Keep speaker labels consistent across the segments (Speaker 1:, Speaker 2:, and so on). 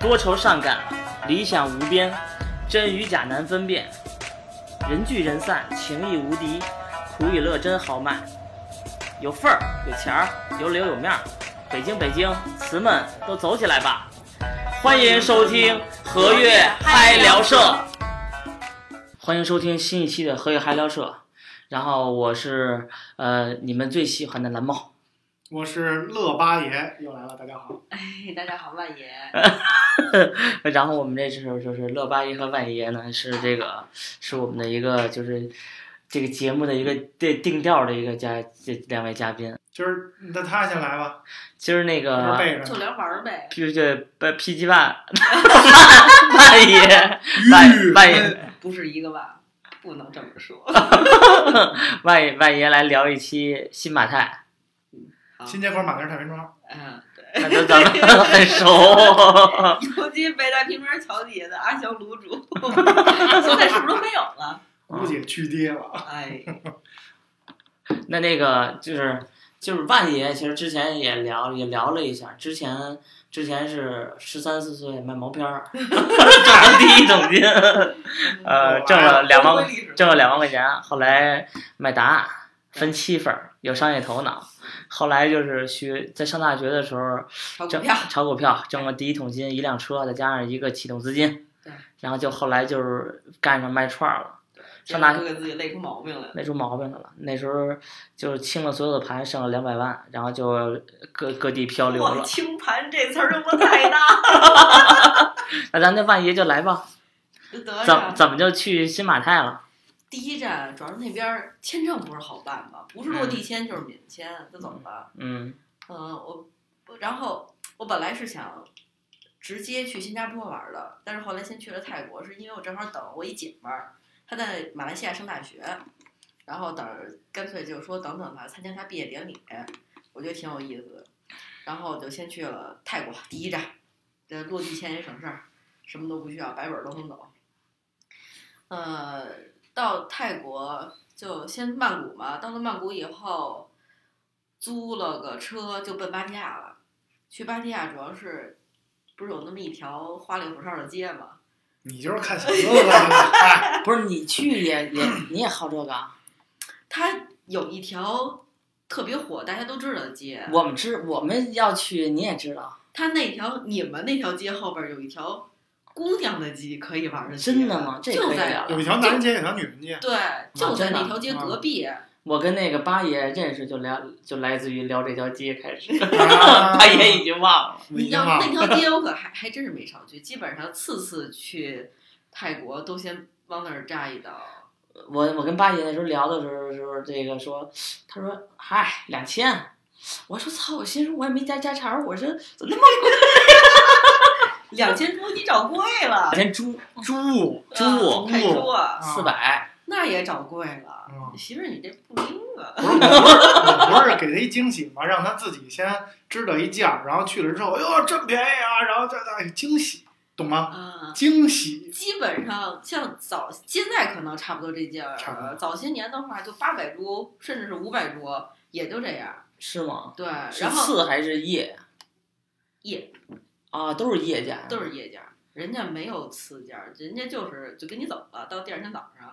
Speaker 1: 多愁善感，理想无边，真与假难分辨。人聚人散，情谊无敌，苦与乐真豪迈。有份儿，有钱儿，有脸有面儿。北京，北京，词们都走起来吧！欢迎收听和悦嗨聊社，欢迎收听新一期的和悦嗨聊社。然后我是呃你们最喜欢的蓝猫，
Speaker 2: 我是乐八爷又来了，大家好。
Speaker 3: 哎， 大家好，万爷，
Speaker 1: 哎 然后我们这时候就是乐八爷和万爷呢，是这个是我们的一个就是这个节目的一个定定调的一个嘉这两位嘉宾。
Speaker 2: 今儿那他先来吧，
Speaker 1: 今儿那
Speaker 2: 今儿
Speaker 1: 个
Speaker 2: 背
Speaker 3: 就
Speaker 2: 着。
Speaker 3: 聊玩儿呗。
Speaker 1: P 对不 P G 万万万爷万万爷
Speaker 3: 不是一个吧？不能这么说。
Speaker 1: 万爷万爷来聊一期新马泰，啊
Speaker 2: 新街口马甸太平庄，
Speaker 1: 哎
Speaker 3: 嗯，
Speaker 1: 那都咱们很熟。
Speaker 3: 尤其北大平边桥底下的阿翔卤煮， 现在是不是都没有了？
Speaker 2: 估计去跌了。
Speaker 3: 哎，
Speaker 1: 那那个就是就是万爷，其实之前也聊也聊了一下，之前之前是十三四岁卖毛片儿， 挣了第一桶金，呃，挣了两万，挣了两万块钱。后来买答案，分七分儿，有商业头脑。后来就是学在上大学的时候
Speaker 3: 炒股
Speaker 1: 挣
Speaker 3: 票，
Speaker 1: 炒股票，挣了第一桶金，一辆车，再加上一个启动资金
Speaker 3: 对，
Speaker 1: 然后就后来就是干上卖串儿了。上大
Speaker 3: 这样都给自己累出毛病来了。
Speaker 1: 累出毛病来了。那时候就是清了所有的盘，剩了两百万，然后就各各地漂流
Speaker 3: 哇，
Speaker 1: 了。
Speaker 3: 清盘这词儿用的太大了，
Speaker 1: 那咱这万爷就来吧，
Speaker 3: 就得
Speaker 1: 怎么
Speaker 3: 着。
Speaker 1: 怎么就去新马泰了？
Speaker 3: 第一站主要是那边儿签证不是好办吧？不是落地签就是免签，就走了。
Speaker 1: 嗯
Speaker 3: 嗯，我我然后我本来是想直接去新加坡玩儿的，但是后来先去了泰国，是因为我正好等我一姐们儿，她在马来西亚上大学，然后等干脆就说等等她参加她毕业典礼，我觉得挺有意思的，然后我就先去了泰国第一站，这落地签也省事儿，什么都不需要，白本儿都能走。呃，到泰国就先曼谷嘛，到了曼谷以后。租了个车就奔芭提雅了。去芭提雅主要是，不是有那么一条花里胡哨的街吗？
Speaker 2: 你就是看小乐来了。哎，
Speaker 1: 不是你去也也你也好这个啊？
Speaker 3: 它有一条特别火，大家都知道的街。
Speaker 1: 我们知我们要去你也知道，
Speaker 3: 它那条你们那条街后边儿有一条姑娘的街，可以玩儿的街。
Speaker 1: 真的？吗？这也
Speaker 3: 就
Speaker 1: 可以
Speaker 3: 在
Speaker 1: 聊
Speaker 2: 有
Speaker 1: 聊。
Speaker 2: 一条男人街，有一条女人街。
Speaker 3: 对，就在
Speaker 1: 真的
Speaker 3: 那条街
Speaker 1: 啊
Speaker 3: 隔壁。
Speaker 1: 我跟那个八爷认识就聊就来自于聊这条街开 始，
Speaker 2: 啊
Speaker 1: 八爷已经忘了。
Speaker 2: 我
Speaker 3: 你知
Speaker 2: 已经
Speaker 3: 道
Speaker 2: 忘
Speaker 3: 那
Speaker 2: 了。
Speaker 3: 条 街我可还还真是没少去，基本上次次去泰国都先往那儿扎一刀。
Speaker 1: 我我跟八爷那时候聊的时候，时候这个说，他说嗨两千，我说操，我心说我也没加加钱儿，我说怎么那么
Speaker 3: 两千多你找贵了
Speaker 1: 两，千猪嗯
Speaker 2: 猪
Speaker 1: 猪
Speaker 3: 太多啊，
Speaker 1: 四百，
Speaker 3: 那也找贵了。
Speaker 2: 嗯
Speaker 3: 媳妇儿，你这不灵
Speaker 2: 不
Speaker 3: 啊！
Speaker 2: 是，我不是我不是给他一惊喜吗？让他自己先知道一价，然后去了之后，哎呦，真便宜啊！然后这这惊喜，懂吗？
Speaker 3: 啊，
Speaker 2: 惊喜，
Speaker 3: 基本上像早现在可能差不多这价
Speaker 2: 差不多
Speaker 3: 儿，早些年的话就八百铢，甚至是五百铢，也就这样。
Speaker 1: 是吗？
Speaker 3: 对，
Speaker 1: 是
Speaker 3: 然后
Speaker 1: 次还是夜
Speaker 3: 夜
Speaker 1: 啊？都是夜价，
Speaker 3: 都是夜价，人家没有次价，人家就是就跟你走了，到第二天早上。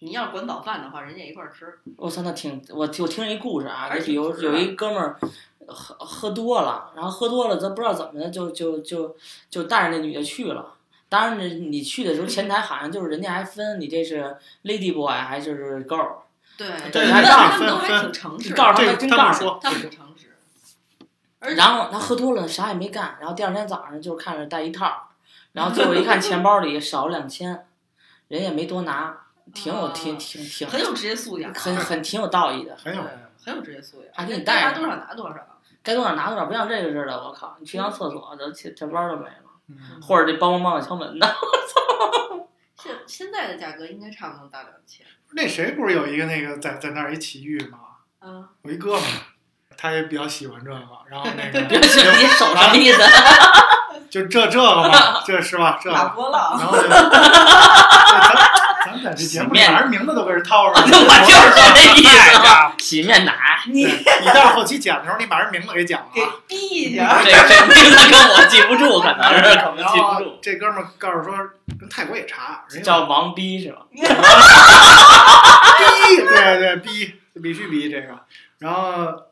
Speaker 3: 你要管早饭的话，人家一块儿吃。
Speaker 1: 我操，那挺我我听一故事啊，
Speaker 3: 还是挺
Speaker 1: 有
Speaker 3: 值的
Speaker 1: 有一哥们儿喝喝多了，然后喝多了，咱不知道怎么的，就就就就带着那女的去了。当然，你你去的时候，前台好像就是人家还分你这是 lady boy 还是 girl，
Speaker 3: 对，
Speaker 1: 对
Speaker 3: 但
Speaker 1: 还
Speaker 3: 他
Speaker 2: 分
Speaker 3: 们都还
Speaker 2: 分
Speaker 3: 挺诚
Speaker 1: 你
Speaker 3: 实的，
Speaker 1: 告诉他
Speaker 2: 这
Speaker 1: 们
Speaker 2: 个
Speaker 1: 真
Speaker 2: 他
Speaker 1: 告
Speaker 2: 们
Speaker 1: 诉
Speaker 2: 说
Speaker 3: 他们挺诚实。而且
Speaker 1: 然后他喝多了，啥也没干，然后第二天早上就是看着带一套儿，然后最后一看钱包里少两千，人也没多拿，挺有
Speaker 3: 啊
Speaker 1: 挺挺 挺
Speaker 3: 很有职业素养，
Speaker 1: 很很挺有道义的，
Speaker 2: 很有
Speaker 3: 对很有职业素养，
Speaker 1: 还给你
Speaker 3: 该
Speaker 1: 带
Speaker 3: 拿
Speaker 1: 着
Speaker 3: 多少拿多少。
Speaker 1: 该多少拿多少，不像这个似的，我靠，你去趟厕所，这钱钱包就没了，
Speaker 2: 嗯
Speaker 1: 或者这帮帮帮的敲门 的，
Speaker 3: 现现在的价格应该差不多大两千。
Speaker 2: 那谁不是有一个那个在在那儿一奇遇吗？
Speaker 3: 啊，
Speaker 2: 我一哥们儿，他也比较喜欢这个，然后那个
Speaker 1: 别去你手上 例子，
Speaker 2: 就这这个嘛，这是吧？这个，
Speaker 3: 波浪，
Speaker 2: 然后就咱咱在这节目里
Speaker 1: 洗面
Speaker 2: 哪儿名字都给人掏出来，
Speaker 1: 我就是说这意思
Speaker 4: 啊
Speaker 2: 哎呀
Speaker 1: 洗面奶，
Speaker 3: 你
Speaker 2: 你到后期剪的时候，你把人名字给剪了
Speaker 3: 给
Speaker 2: 啊。
Speaker 3: 逼一下。
Speaker 4: 这这名字跟我记不住，可能是可能
Speaker 2: 然
Speaker 4: 记不
Speaker 2: 后
Speaker 4: 住，
Speaker 2: 这哥们儿告诉说，跟泰国也查，人家
Speaker 4: 叫王逼是吧？
Speaker 2: 逼，对对逼，必须逼这个。然后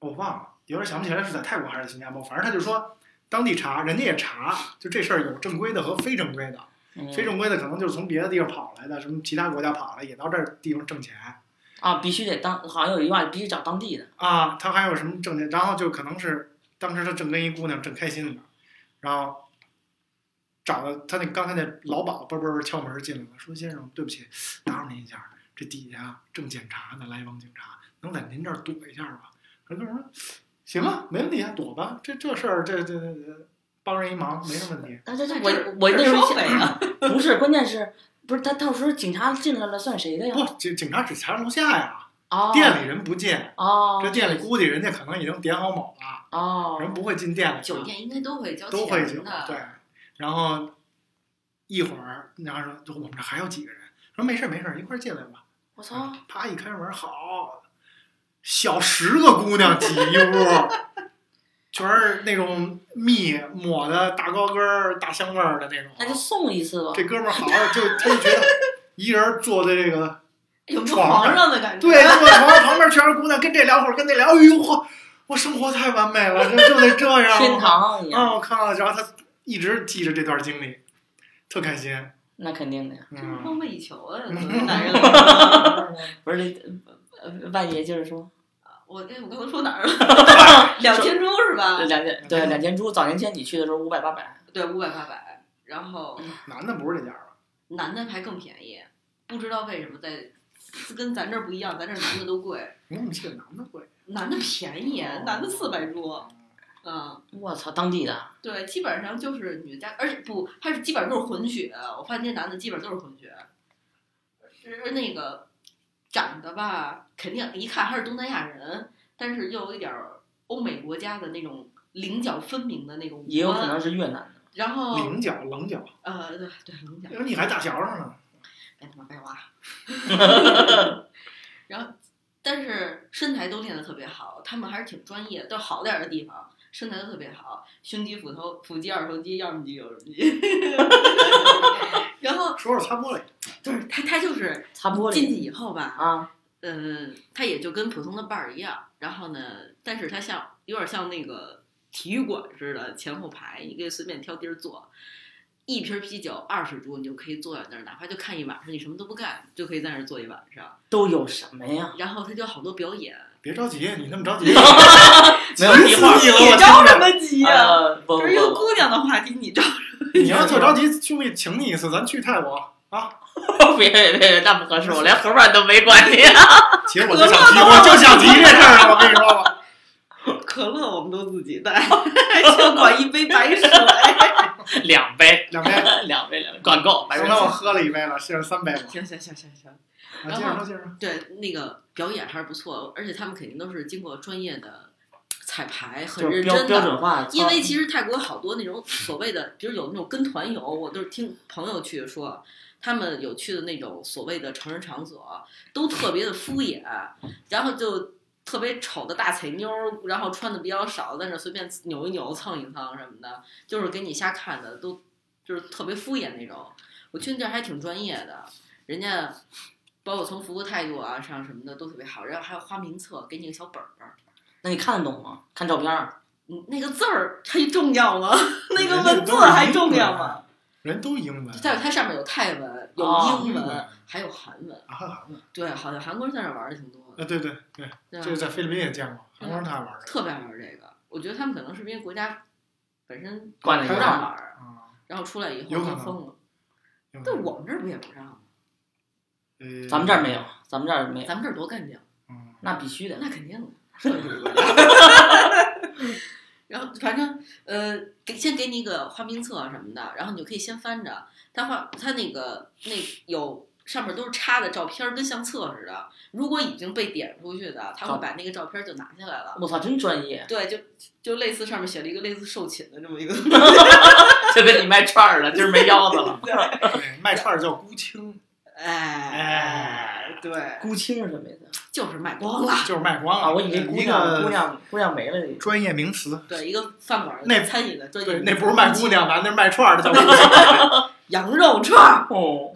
Speaker 2: 我忘了，有点想不起来是在泰国还是在新加坡，反正他就说当地查，人家也查，就这事儿有正规的和非正规的。
Speaker 4: 嗯
Speaker 2: 非正规的可能就是从别的地方跑来的，什么其他国家跑来，也到这儿地方挣钱
Speaker 4: 啊，必须得当，好像有一句话，必须找当地的。
Speaker 2: 啊。他还有什么挣钱？然后就可能是当时他正跟一姑娘正开心呢，然后找了他那刚才那老鸨嘣嘣嘣敲门进来了，说先生对不起，打扰您一下，这底下正检查呢，来往警察，能在您这儿躲一下吗？那哥们儿说行啊，没问题啊，躲吧，这这事儿这这这这帮人一忙没什么问题。
Speaker 4: 但是
Speaker 3: 这
Speaker 4: 我我那时候
Speaker 3: 收费啊，
Speaker 4: 不是，关键是不是他到时候警察进来了算谁的呀？
Speaker 2: 不，警警察只查楼下呀，
Speaker 4: 哦，
Speaker 2: 店里人不进。
Speaker 4: 哦，
Speaker 2: 这店里估计人家可能已经点好卯了，
Speaker 4: 哦，
Speaker 2: 人不会进店里的，啊
Speaker 3: 酒店应该都会交
Speaker 2: 都会进
Speaker 3: 钱的，
Speaker 2: 对，然后一会儿，然后说我们这还有几个人，说没事没事，一块儿进来吧。
Speaker 4: 我操，
Speaker 1: 哦
Speaker 2: 啪一开门，好，小十个姑娘挤一屋，全是那种蜜抹的大高跟儿、大香味儿的那种。啊
Speaker 4: 那就送一次吧。
Speaker 2: 这哥们儿好像就他就觉得一人坐在这个
Speaker 3: 有种
Speaker 2: 床
Speaker 3: 皇
Speaker 2: 上
Speaker 3: 上的 感觉。
Speaker 2: 对，那个床旁边全是姑娘，跟这聊会儿，跟那聊，哎呦嚯，我生活太完美了，就就得这样。
Speaker 4: 天堂一样，
Speaker 2: 啊，我看了，然后他一直记着这段经历，特开心。
Speaker 4: 那肯定的呀。
Speaker 3: 真是
Speaker 2: 嗯，
Speaker 3: 梦寐以求 啊！
Speaker 2: 嗯
Speaker 3: 作为男人来说，
Speaker 4: 不是，呃万爷就是说，
Speaker 3: 我那我刚才说哪儿了？两千株是吧？
Speaker 4: 呃两件对两件猪，早年间你去的时候五百八百，
Speaker 3: 对，五百八百，然后
Speaker 2: 男的不是这家吧？
Speaker 3: 男的还更便宜，不知道为什么在跟咱这儿不一样，咱这儿男的都贵，
Speaker 2: 我怎么记得男的贵？
Speaker 3: 男的便宜，男的四百株，嗯，
Speaker 4: 我操，当地的
Speaker 3: 对，基本上就是女的家，而且不，他是基本上都是混血，我发现这男的基本都是混血，是那个长得吧，肯定一看还是东南亚人，但是又有一点儿欧美国家的那种棱角分明的那种五官，
Speaker 4: 也有可能是越南的，
Speaker 3: 然后
Speaker 2: 棱角，棱角，
Speaker 3: 呃，对对，棱角
Speaker 2: 因。为你还大小上呢。
Speaker 3: 别哎他妈废话。 然后，但是身材都练得特别好，他们还是挺专业的，到好点儿的地方身材都特别好，胸肌、腹头、腹肌、二头肌、腰么肌、有什么肌。 然后
Speaker 2: 说说擦玻璃，
Speaker 3: 就是他，他就是
Speaker 4: 擦玻
Speaker 3: 进去
Speaker 4: 璃
Speaker 3: 以后吧，
Speaker 4: 啊，
Speaker 3: 嗯，他也就跟普通的伴儿一样。然后呢，但是他像有点像那个体育馆似的，前后排你可以随便挑地儿坐。一瓶啤酒二十株，你就可以坐在那儿，哪怕就看一晚上，你什么都不干，就可以在那儿坐一晚上。
Speaker 4: 都有什么呀？
Speaker 3: 然后他就好多表演，
Speaker 2: 别着急，你那么着急，
Speaker 4: 没有
Speaker 2: 急
Speaker 4: 一会儿
Speaker 2: 死你了，
Speaker 3: 你着
Speaker 2: 我
Speaker 3: 什
Speaker 2: 听着。
Speaker 3: 么急
Speaker 1: 哎
Speaker 3: 呀？
Speaker 4: 呃，不不
Speaker 3: 这是一个
Speaker 4: 不
Speaker 3: 姑娘的话题，你着
Speaker 2: 你要特着急，兄弟，请你一次，咱去 泰国啊。
Speaker 4: 不，别别别，那不合适，我连盒饭都没管你。啊
Speaker 2: 其实我就想提，我就想提这事儿，啊我跟你说吧。
Speaker 3: 可乐我们都自己带，就管一杯白水。
Speaker 4: 两杯，
Speaker 2: 两杯，
Speaker 4: 两杯，两杯，管够。反
Speaker 2: 刚
Speaker 4: 正
Speaker 2: 哎才我喝了一杯了，现在三杯了。
Speaker 3: 行行行行行，
Speaker 2: 啊，接着说，接着说。
Speaker 3: 对，那个表演还是不错，而且他们肯定都是经过专业的彩排，很
Speaker 4: 就是
Speaker 3: 认
Speaker 4: 标
Speaker 3: 真
Speaker 4: 标
Speaker 3: 的。
Speaker 4: 准化，
Speaker 3: 因
Speaker 1: 啊
Speaker 3: 为其实泰国好多那种所谓的，比如有那种跟团游，我都是听朋友去说，他们有去的那种所谓的成人场所，都特别的敷衍，然后就特别丑的大彩妞，然后穿的比较少，在那随便扭一扭、蹭一蹭什么的，就是给你瞎看的，都就是特别敷衍那种。我去那地儿还挺专业的，人家包括从服务态度啊上什么的都特别好，然后还有花名册，给你个小本儿。
Speaker 4: 那你看得懂吗？看照片儿，
Speaker 3: 嗯，那个字儿还重要吗？ 那个
Speaker 2: 人家
Speaker 3: 文字
Speaker 2: 都是
Speaker 3: 还
Speaker 2: 英
Speaker 3: 重
Speaker 2: 文
Speaker 3: 要吗？
Speaker 2: 人都英文，
Speaker 3: 它它上面有泰文，有
Speaker 4: 哦
Speaker 3: 英文，
Speaker 2: 英文
Speaker 3: 还有韩文。
Speaker 2: 啊，韩文。
Speaker 3: 对，好像韩国人在那玩儿的挺多
Speaker 2: 啊，
Speaker 3: 的，
Speaker 2: 对对对，
Speaker 3: 对
Speaker 2: 这个
Speaker 3: 吧？
Speaker 2: 在菲律宾也见过，韩国人太爱玩儿
Speaker 3: 特别爱玩儿这个。我觉得他们可能是因为国家本身
Speaker 4: 惯
Speaker 3: 不
Speaker 4: 了
Speaker 3: 让
Speaker 2: 一道
Speaker 3: 玩儿，
Speaker 2: 啊。
Speaker 3: 然后出来以后
Speaker 2: 嗯有可
Speaker 3: 就
Speaker 2: 能嗯
Speaker 3: 疯了。
Speaker 2: 英文
Speaker 3: 但我们这儿不也不让吗？
Speaker 2: 呃
Speaker 4: 咱们这儿没有，咱们这儿没有，
Speaker 3: 咱们这儿多干净，
Speaker 2: 嗯
Speaker 4: 那必须的。
Speaker 3: 那肯 定的。 然后反正呃，给先给你一个花名册啊什么的，然后你就可以先翻着。它画它那个那有上面都是插的照片儿，跟相册似的。如果已经被点出去的，他会把那个照片儿就拿下来了。
Speaker 4: 我操，真专业，啊
Speaker 3: 对，就就类似上面写了一个类似售寝的这么一个，
Speaker 4: 这跟你卖串儿了，今儿没腰子了。
Speaker 2: 对卖串儿叫孤清，
Speaker 3: 哎，对，
Speaker 4: 孤清是什么意思？
Speaker 3: 就是卖光了。
Speaker 2: 就是卖光了。
Speaker 1: 啊，我以为姑
Speaker 2: 一
Speaker 1: 娘姑
Speaker 2: 个
Speaker 1: 娘姑娘没了，
Speaker 2: 专业名词，
Speaker 3: 对，一个饭馆儿
Speaker 2: 那
Speaker 3: 餐饮的专
Speaker 2: 对，
Speaker 3: 业，
Speaker 2: 那不是卖姑娘吧？那是卖串儿的，叫姑娘。
Speaker 3: 羊肉串儿。
Speaker 1: 哦，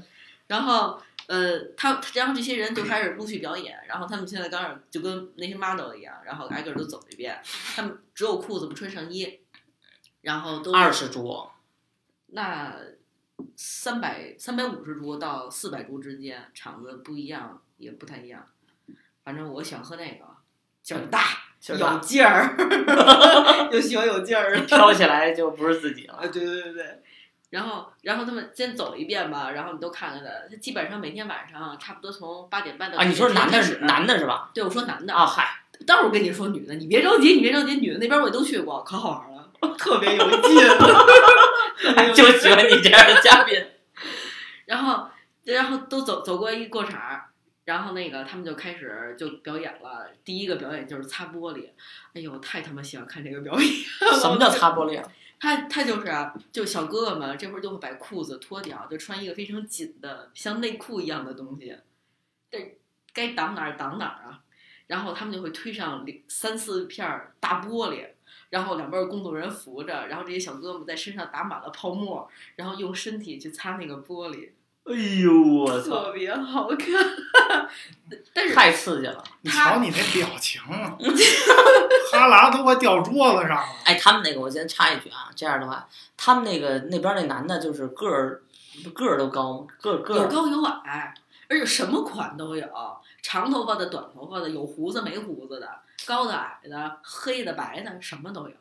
Speaker 3: 然后呃，他他然后这些人就开始陆续表演，然后他们现在刚始就跟那些 model 一样，然后挨个儿都走一遍，他们只有裤子不穿上衣，然后都是
Speaker 1: 二十株，
Speaker 3: 那三百三百五十株到四百株之间，场子不一样，也不太一样。反正我想喝那个劲儿大，
Speaker 1: 劲儿大
Speaker 3: 有劲儿， 有喜欢有劲儿的。
Speaker 1: 飘起来就不是自己了。
Speaker 3: 啊，对对对对。然后，然后他们先走一遍吧，然后你都看看他，他基本上每天晚上差不多从八点半到
Speaker 1: 啊，你说是
Speaker 3: 9点
Speaker 1: 男的
Speaker 3: 开始
Speaker 1: 是男的是吧？
Speaker 3: 对，我说男的
Speaker 1: 啊，，嗨，
Speaker 3: 待会儿我跟你说女的，你别着急，你别着急，女的那边我也都去过，可好玩了， 特别有劲，特别 有
Speaker 1: 就
Speaker 3: 劲
Speaker 1: 喜欢你这样的嘉 宾。
Speaker 3: 然后，然后都走走过一过场儿，然后那个他们就开始就表演了。第一个表演就是擦玻璃，哎呦，太他妈喜欢看这个表演。
Speaker 1: 什么叫擦玻璃啊？
Speaker 3: 他他就是啊，就小哥哥们这会儿就会把裤子脱掉，就穿一个非常紧的像内裤一样的东西，这该挡哪儿挡哪儿啊。然后他们就会推上两三四片儿大玻璃，然后两边儿工作人员扶着，然后这些小哥哥们在身上打满了泡沫，然后用身体去擦那个玻璃，
Speaker 1: 哎呦，我操，
Speaker 3: 特别好看。 但是
Speaker 1: 太刺激了！
Speaker 2: 你瞧你那表情，哈喇都快掉桌子上了。
Speaker 1: 哎，他们那个，我先插一句啊，这样的话，他们那个那边那男的，就是个儿个儿都高吗？个儿个
Speaker 3: 有
Speaker 1: 儿
Speaker 3: 高有矮，而且什么款都有，长头发的、短头发的，有胡子没胡子的，高的、矮的，黑的、白的，什么都有。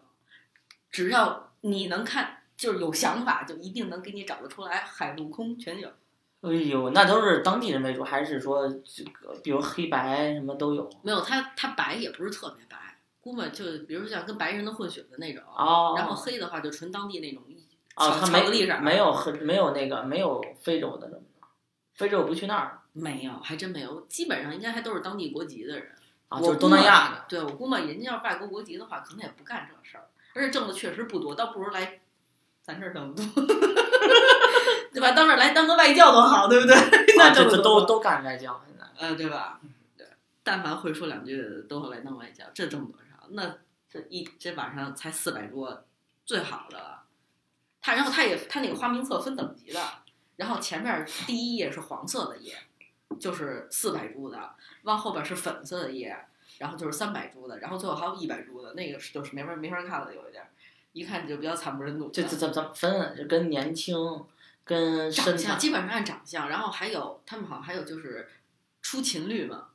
Speaker 3: 只要你能看，就是有想法，就一定能给你找得出来，海陆空全有。
Speaker 1: 哎呦，那都是当地人为主，还是说这个，比如黑白什么都有？
Speaker 3: 没有他，他白也不是特别白，估摸就比如像跟白人的混血的那种，
Speaker 1: 哦，
Speaker 3: 然后黑的话就纯当地那种
Speaker 1: 哦，
Speaker 3: 巧
Speaker 1: 他
Speaker 3: 巧克力色
Speaker 1: 没
Speaker 3: 儿
Speaker 1: 没有和没有那个没有非洲的什么的，非洲我不去那儿
Speaker 3: 没有，还真没有，基本上应该还都是当地国籍的人。
Speaker 1: 啊，
Speaker 3: 我
Speaker 1: 就是东南 亚的。
Speaker 3: 估摸。对，我估摸人家要外国国籍的话，可能也不干这事儿，而且挣的确实不多，倒不如来咱这儿挣得多， 对吧？到这儿来当个外教多好，对不 对？那
Speaker 1: 啊这
Speaker 3: 挣
Speaker 1: 这
Speaker 3: 的
Speaker 1: 都都干外交现在。
Speaker 3: 呃，对吧？
Speaker 1: 嗯
Speaker 3: 对，但凡会说两句的都会来当外教，这挣多少？那这一这晚上才四百多，最好的了。他然后他也他那个花名册分等级的，然后前面第一页是黄色的页，就是四百株的，往后边是粉色的页，然后就是三百株的，然后最后还有一百株的，那个是就是没法没法看了，有一点儿，一看就比较惨不忍睹。
Speaker 1: 这这怎怎么分啊？就跟年轻，跟身
Speaker 3: 长
Speaker 1: 材
Speaker 3: 相，基本上按长相，然后还有他们好像还有就是出勤率嘛，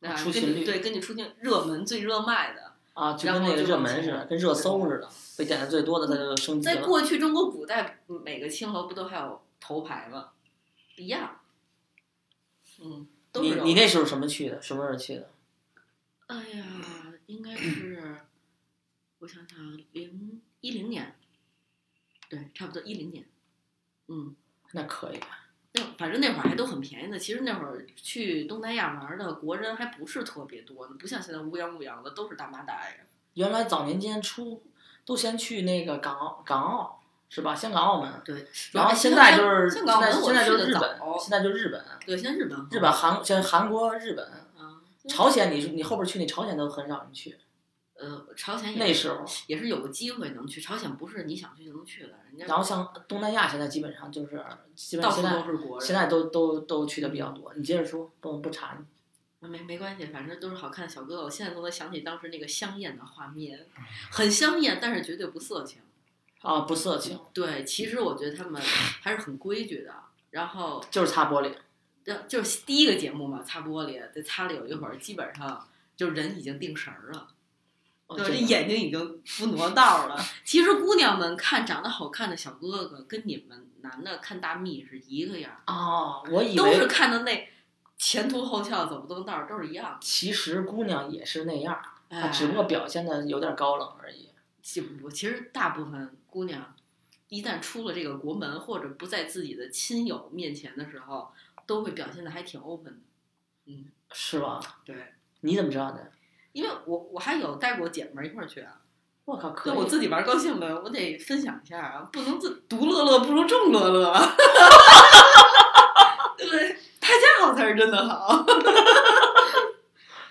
Speaker 3: 对吧
Speaker 1: 啊出
Speaker 3: 根
Speaker 1: 勤
Speaker 3: 据
Speaker 1: 率
Speaker 3: 对，根据出勤热门最热卖的，
Speaker 1: 啊，就
Speaker 3: 然
Speaker 1: 跟
Speaker 3: 后
Speaker 1: 那个
Speaker 3: 就
Speaker 1: 热
Speaker 3: 往
Speaker 1: 门
Speaker 3: 前
Speaker 1: 似的，跟热搜似的，被点的最多的它就升级
Speaker 3: 在
Speaker 1: 嗯了。
Speaker 3: 过去中国古代每个青楼不都还有头牌吗？一样，嗯，都
Speaker 1: 你
Speaker 3: 是
Speaker 1: 你
Speaker 3: 这
Speaker 1: 那时候什么去的？什么时候去的？
Speaker 3: 哎呀，应该是 我想想啊，零一零年，对，差不多一零年，嗯，
Speaker 1: 那可以，
Speaker 3: 那反正那会儿还都很便宜的。其实那会儿去东南亚玩儿的国人还不是特别多呢，不像现在乌泱乌泱的都是大妈大爱人。
Speaker 1: 原来早年间出都先去那个港澳港澳是吧？香港澳门，
Speaker 3: 对，
Speaker 1: 然后现在就是
Speaker 3: 香
Speaker 1: 现
Speaker 3: 港，
Speaker 1: 在
Speaker 3: 香港
Speaker 1: 现在就是日
Speaker 3: 我去
Speaker 1: 本
Speaker 3: 得早，哦
Speaker 1: 现在就是日本，
Speaker 3: 对，现在日本，
Speaker 1: 日本韩现在韩国日本。
Speaker 3: 啊，
Speaker 1: 朝鲜你，你后边去，你朝鲜都很少人去。
Speaker 3: 呃，朝鲜也
Speaker 1: 那
Speaker 3: 是
Speaker 1: 时候，
Speaker 3: 也是有个机会能去，朝鲜不是你想去就能去的，人家
Speaker 1: 然后像东南亚，现在基本上就是，基本
Speaker 3: 到
Speaker 1: 现
Speaker 3: 处都
Speaker 1: 在
Speaker 3: 是国人。
Speaker 1: 现在都都都去的比较多。你接着说，不不查你。
Speaker 3: 没没关系，反正都是好看的小哥哥，我现在都能想起当时那个香艳的画面，很香艳，但是绝对不色情。
Speaker 1: 啊，不色情，
Speaker 3: 对，其实我觉得他们还是很规矩的，然后
Speaker 1: 就是擦玻璃。
Speaker 3: 呃就就是第一个节目嘛，擦玻璃，在擦了有一会儿，基本上就人已经定神儿了，
Speaker 1: 哦
Speaker 3: 对，
Speaker 1: 这
Speaker 3: 这
Speaker 1: 个
Speaker 3: 眼睛已经不挪道儿 了。其实姑娘们看长得好看的小哥哥，跟你们男的看大蜜是一个样儿，
Speaker 1: 哦，我以
Speaker 3: 都是
Speaker 1: 为
Speaker 3: 看的那前凸后翘、走不动道儿，都是一样的。
Speaker 1: 其实姑娘也是那样，她
Speaker 3: 哎，
Speaker 1: 只不过表现的有点高冷而已。
Speaker 3: 其不，其实大部分姑娘一旦出了这个国门，或者不在自己的亲友面前的时候，都会表现的还挺 open 的。
Speaker 1: 是吧？
Speaker 3: 对，
Speaker 1: 你怎么知道的？
Speaker 3: 因为我我还有带过姐们儿一块儿去啊。
Speaker 1: 我靠，可
Speaker 3: 对
Speaker 1: 以！
Speaker 3: 我自己玩高兴了，我得分享一下啊，不能自独乐乐不如众乐乐， 对不对？大家好才是真的好。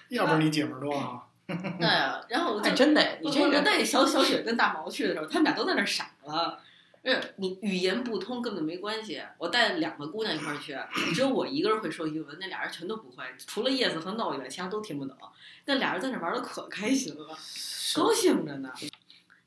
Speaker 2: 要不然你姐们儿多啊。
Speaker 3: 对啊，然后我
Speaker 1: 嗯
Speaker 3: 就
Speaker 1: 哎，真的，你
Speaker 3: 我
Speaker 1: 这
Speaker 3: 我
Speaker 1: 个
Speaker 3: 带小小雪跟大毛去的时候，他们俩都在那儿傻了。是你语言不通根本没关系。我带两个姑娘一块儿去，只有我一个人会说英文，那俩人全都不会，除了 yes 和 no 以外，其他都听不懂。那俩人在那玩的可开心了，高兴着呢。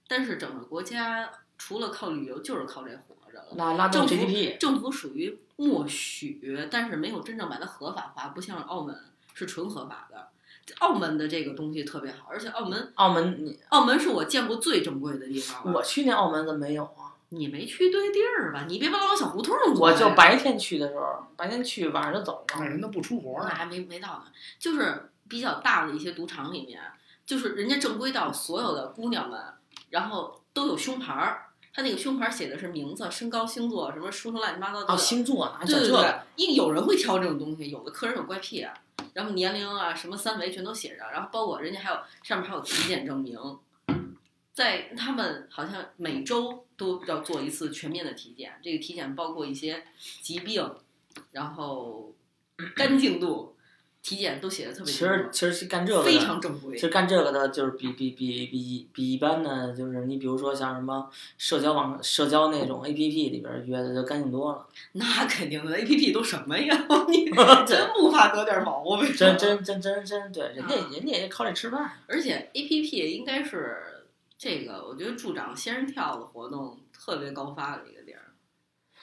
Speaker 3: 但是整个国家除了靠旅游，就是靠这活着了。
Speaker 1: 拉拉动
Speaker 3: 政府
Speaker 1: GDP，
Speaker 3: 政府属于默许，但是没有真正把它合法化，不像澳门是纯合法的。澳门的这个东西特别好，而且澳门
Speaker 1: 澳门，你
Speaker 3: 澳门是我见过最正规的地方了。
Speaker 1: 我去那澳门怎么没有啊？
Speaker 3: 你没去对地儿吧？你别把我往小胡同儿
Speaker 1: 我
Speaker 3: 走
Speaker 1: 就
Speaker 3: 呀
Speaker 1: 白天去的时候，白天去，晚上就走
Speaker 2: 那
Speaker 1: 了。
Speaker 2: 人都不出活
Speaker 3: 那
Speaker 2: 呢，
Speaker 3: 还没没到呢，就是比较大的一些赌场里面，就是人家正规到所有的姑娘们，然后都有胸牌儿，他那个胸牌儿写的是名字、身高、星座，什么出生乱七八糟的。
Speaker 1: 哦，星座哪讲
Speaker 3: 对
Speaker 1: 这
Speaker 3: 对对
Speaker 1: 个？，
Speaker 3: 啊因有人会挑这种东西，有的客人有怪癖啊，然后年龄啊什么三围全都写着，然后包括人家还有上面还有体检证明，在他们好像每周都要做一次全面的体检，这个体检包括一些疾病，然后干净度，体检都写的特别
Speaker 1: 其
Speaker 3: 清
Speaker 1: 实
Speaker 3: 楚，
Speaker 1: 其实是干这个的
Speaker 3: 非常正规
Speaker 1: 其。实干这个的，就是比比比比比一般的，就是你比如说像什么社交网、社交那种 A P P 里边约的，就干净多了。
Speaker 3: 那肯定的，A P P 都什么 呀？你 真不怕得点毛病？
Speaker 1: 真真真真真对，人家
Speaker 3: 啊
Speaker 1: 人家也靠这吃饭。
Speaker 3: 而且 A P P 应该是这个，我觉得助长仙人跳的活动特别高发的一个地儿，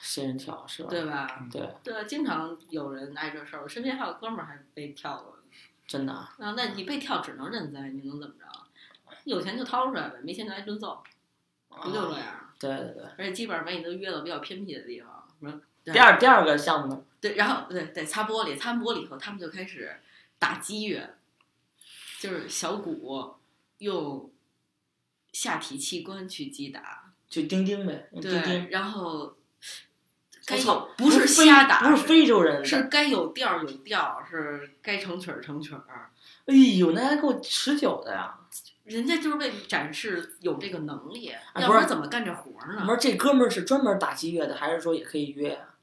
Speaker 1: 仙人跳是吧？
Speaker 3: 对吧？
Speaker 2: 嗯
Speaker 1: 对，
Speaker 3: 对，经常有人挨这事儿，我身边还有哥们儿还被跳过。
Speaker 1: 真的啊
Speaker 3: 啊，那你被跳只能认栽，你能怎么着？有钱就掏出来呗，没钱就挨顿揍，不就这样？
Speaker 1: 啊对对对。
Speaker 3: 而且基本上把你都约到比较偏僻的地方，什么对
Speaker 1: 第二第二个项目呢，
Speaker 3: 对，然后对对擦玻璃，擦玻璃以后，他们就开始打击乐，就是小鼓用下体器官去击打。
Speaker 1: 就钉钉呗，用钉
Speaker 3: 对，
Speaker 1: 钉。
Speaker 3: 然后该
Speaker 1: 我操
Speaker 3: 有不是
Speaker 1: 非
Speaker 3: 瞎打，
Speaker 1: 不是非洲人，
Speaker 3: 是该有调儿有调儿，是该成曲儿成曲儿。
Speaker 1: 哎呦，那还够持久的呀！
Speaker 3: 人家就是为了展示有这个能力，
Speaker 1: 不
Speaker 3: 要啊不
Speaker 1: 是
Speaker 3: 然怎么干这活儿
Speaker 1: 我
Speaker 3: 呢？
Speaker 1: 说这哥们儿是专门打击乐的，还是说也可以约啊？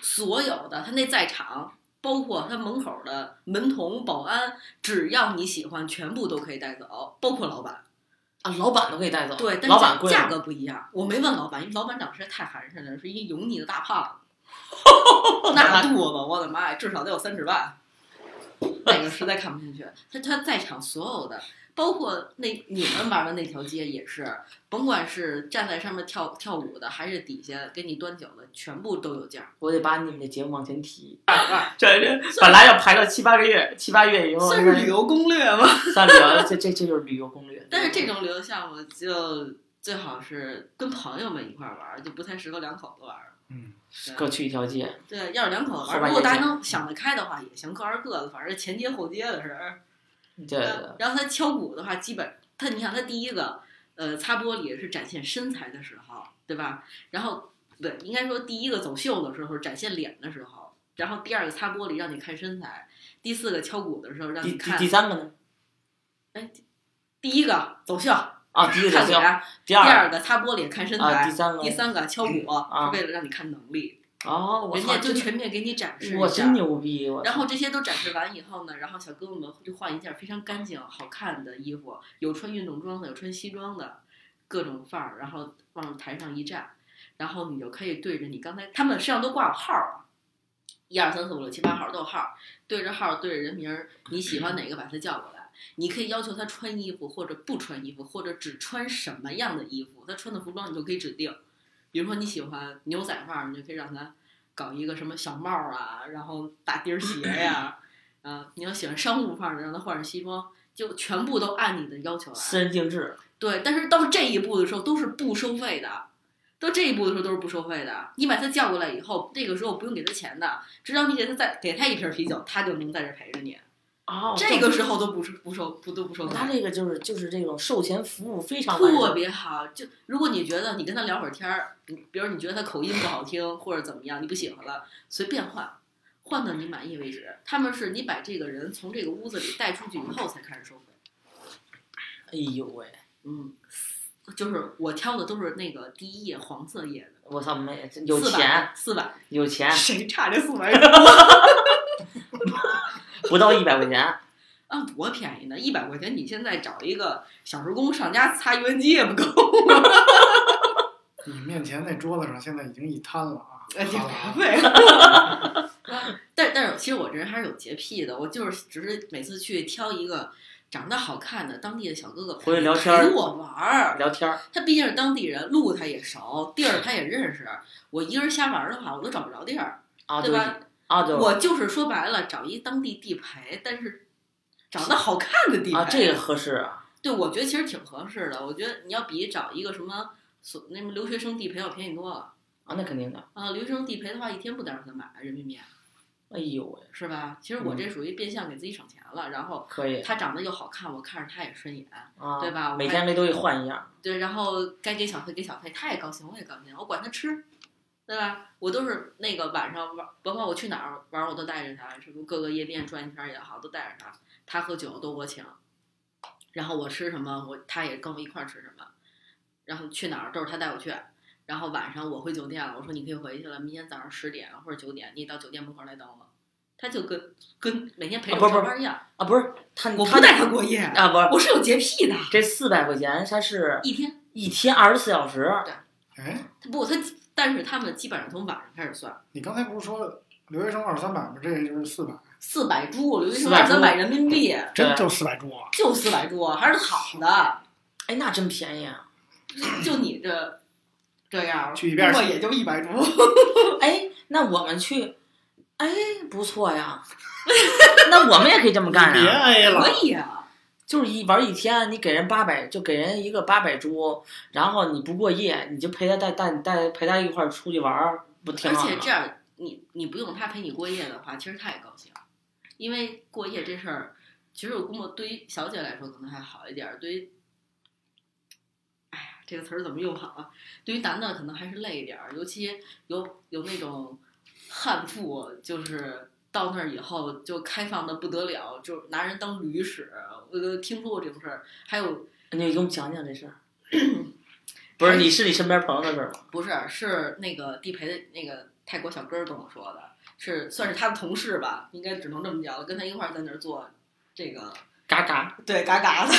Speaker 3: 所有的他那在场，包括他门口的门童、保安，只要你喜欢，全部都可以带走，包括老板。
Speaker 1: 啊，老板都可以带走，
Speaker 3: 对，但
Speaker 1: 老板
Speaker 3: 是
Speaker 1: 贵
Speaker 3: 价
Speaker 1: 吗
Speaker 3: 价格不一样。我没问老板，因为老板长得实在太寒碜了，是一油腻的大胖 子，那肚子，我的妈呀，至少得有三十万。那个实在看不下去，他他在场所有的，包括那你们玩的那条街也是，甭管是站在上面跳跳舞的，还是底下给你端酒的，全部都有价儿。
Speaker 1: 我得把你们的节目往前提。
Speaker 4: 这这本来要排到七八个月，七八月以
Speaker 1: 哦
Speaker 4: 后
Speaker 3: 算是旅游攻略吗？
Speaker 1: 算旅游，这这这就是旅游攻略。
Speaker 3: 但是这种旅游项目就最好是跟朋友们一块儿玩儿，就不太适合两口子玩儿。
Speaker 2: 嗯，
Speaker 3: 对
Speaker 1: 各去一条街，
Speaker 3: 对，要是两口子
Speaker 1: 后
Speaker 3: 玩，
Speaker 1: 边
Speaker 3: 如果
Speaker 1: 也
Speaker 3: 大家
Speaker 1: 行
Speaker 3: 能想得开的话，也行，各玩各的，反正前街后街的事儿。
Speaker 1: 对对对，
Speaker 3: 然后他敲鼓的话，基本他你想他第一个，呃，擦玻璃是展现身材的时候，对吧？然后对，应该说第一个走秀的时候展现脸的时候，然后第二个擦玻璃让你看身材，第四个敲鼓的时候让
Speaker 1: 第
Speaker 3: 你
Speaker 1: 第
Speaker 3: 嗯看
Speaker 1: 第三个呢？
Speaker 3: 第一个走秀
Speaker 1: 啊，第一个
Speaker 3: 看
Speaker 1: 行，
Speaker 3: 脸，
Speaker 1: 第
Speaker 3: 第
Speaker 1: 二
Speaker 3: 二个擦玻璃看身
Speaker 1: 个啊，第
Speaker 3: 材，
Speaker 1: 三个
Speaker 3: 第三个敲鼓
Speaker 1: 啊
Speaker 3: 是为了让你看能力，
Speaker 1: 哦，我
Speaker 3: 人
Speaker 1: 操，
Speaker 3: 家就
Speaker 1: 真
Speaker 3: 全面给你展示一下。
Speaker 1: 我真牛逼，我操
Speaker 3: 然后这些都展示完以后呢，然后小哥哥们就换一件非常干净、好看的衣服，有穿运动装的，有穿西装的，各种范儿，然后往台上一站，然后你就可以对着你刚才他们身上都挂有号儿啊，一二三四五六七八号儿都有号儿，对着号儿对着人名儿，你喜欢哪个把他叫过来。你可以要求他穿衣服，或者不穿衣服，或者只穿什么样的衣服，他穿的服装你都可以指定。比如说你喜欢牛仔范儿，你就可以让他搞一个什么小帽儿啊，然后大钉儿鞋呀、 啊，你要喜欢商务范儿的，让他换上西装，就全部都按你的要求来。
Speaker 1: 私人定制，
Speaker 3: 对，但是到这一步的时候都是不收费的，到这一步的时候都是不收费的。你把他叫过来以后，这个时候不用给他钱的，只要你给他再给他一瓶啤酒，他就能在这陪着你。
Speaker 1: 哦，
Speaker 3: 这个时候都不收不收不都不收费。
Speaker 1: 他这个就是就是这种售前服务非常完
Speaker 3: 特
Speaker 1: 善，
Speaker 3: 别好。就如果你觉得你跟他聊会儿天儿，你比如你觉得他口音不好听或者怎么样，你不喜欢了，随便换，换到你满意为止。他们是你把这个人从这个屋子里带出去以后才开始收费。
Speaker 1: 哎呦喂，
Speaker 3: 嗯，就是我挑的都是那个第一页黄色页的，
Speaker 1: 我操，没有
Speaker 3: 四百
Speaker 1: 钱，啊
Speaker 3: 四百，
Speaker 1: 有钱，
Speaker 3: 谁差这四百？
Speaker 1: 不到一百块钱，
Speaker 5: 啊，多便宜呢！一百块钱，你现在找一个小时工上家擦油烟机也不够吗？
Speaker 2: 你面前那桌子上现在已经一摊了啊，
Speaker 5: 哎呀，
Speaker 2: 好了
Speaker 5: 费。
Speaker 3: 但但是其实我这人还是有洁癖的，我就是只是每次去挑一个长得好看的当地的小哥哥
Speaker 1: 回去聊天儿
Speaker 3: 陪我玩儿。
Speaker 1: 聊天儿，
Speaker 3: 他毕竟是当地人，路他也熟，地儿他也认识。我一个人瞎玩儿的话，我都找不着地儿，
Speaker 1: 啊
Speaker 3: 对
Speaker 1: 对
Speaker 3: 吧？
Speaker 1: 啊对，
Speaker 3: 我就是说白了，找一当地地陪，但是长得好看的地陪。
Speaker 1: 啊这个合适啊，
Speaker 3: 对，我觉得其实挺合适的。我觉得你要比找一个什么所那么留学生地陪要便宜多了
Speaker 1: 啊那肯定的，
Speaker 3: 啊！留学生地陪的话，一天不到二三百人民币，
Speaker 1: 哎呦喂，
Speaker 3: 是吧？其实我这属于变相给自己省钱了。然后
Speaker 1: 可以
Speaker 3: 他长得又好看，我看着他也顺眼，
Speaker 1: 啊，
Speaker 3: 对吧我
Speaker 1: 每
Speaker 3: 还
Speaker 1: 天这东西换一样，
Speaker 3: 对，然后该给小费给小费，他也高兴，我也高兴，我管他吃，对吧？我都是那个晚上玩，包括我去哪儿玩，我都带着他，什么各个夜店转一圈儿也好，都带着他。他喝酒都我请，然后我吃什么，我他也跟我一块儿吃什么，然后去哪儿都是他带我去。然后晚上我回酒店了，我说你可以回去了，明天早上十点或者九点，你到酒店门口来等我。他就跟跟每天陪
Speaker 1: 啊
Speaker 3: 着
Speaker 1: 不
Speaker 3: 我
Speaker 1: 是
Speaker 3: 上班一样，
Speaker 1: 啊不是他
Speaker 5: 我
Speaker 1: 他
Speaker 5: 不带他过夜，
Speaker 1: 啊不是
Speaker 3: 我是有洁癖的，
Speaker 1: 这四百块钱它是
Speaker 3: 一天
Speaker 1: 一天二十四小时，
Speaker 2: 哎，
Speaker 3: 他不他，但是他们基本上从晚上开始算。
Speaker 2: 你刚才不是说留学生二三百吗？这就是四百，
Speaker 3: 四百铢，留学生
Speaker 1: 400
Speaker 3: 二
Speaker 1: 铢
Speaker 3: 三百人民币，
Speaker 2: 真就四百铢啊！
Speaker 3: 就四百铢，还是好的。
Speaker 1: 哎那真便宜啊，
Speaker 3: 就你这这样，
Speaker 2: 去一遍
Speaker 5: 不过也就一百铢。
Speaker 1: 哎那我们去，哎不错呀，那我们也可以这么干
Speaker 2: 别
Speaker 1: 啊，
Speaker 2: A 了
Speaker 3: 可，以啊。
Speaker 1: 就是一玩一天，你给人八百就给人一个八百铢，然后你不过夜，你就陪他带带带陪他一块儿出去玩儿，不挺
Speaker 3: 而
Speaker 1: 好的
Speaker 3: 且
Speaker 1: 吗
Speaker 3: 这样，你你不用他陪你过夜的话，其实他也高兴，因为过夜这事儿，其实我估摸对于小姐来说可能还好一点儿，对于。哎呀，这个词儿怎么用好啊？对于男的可能还是累一点儿，尤其有有那种悍妇，就是到那儿以后就开放的不得了，就拿人当驴使。我都听说过这种事儿，还有
Speaker 1: 你给我们讲讲这事儿。不是，你是你身边朋友的事儿吗？
Speaker 3: 不是，是那个地陪的那个泰国小哥儿跟我说的，是算是他的同事吧，应该只能这么讲了。跟他一块儿在那儿做这个，
Speaker 1: 嘎 嘎
Speaker 5: 对，嘎嘎的。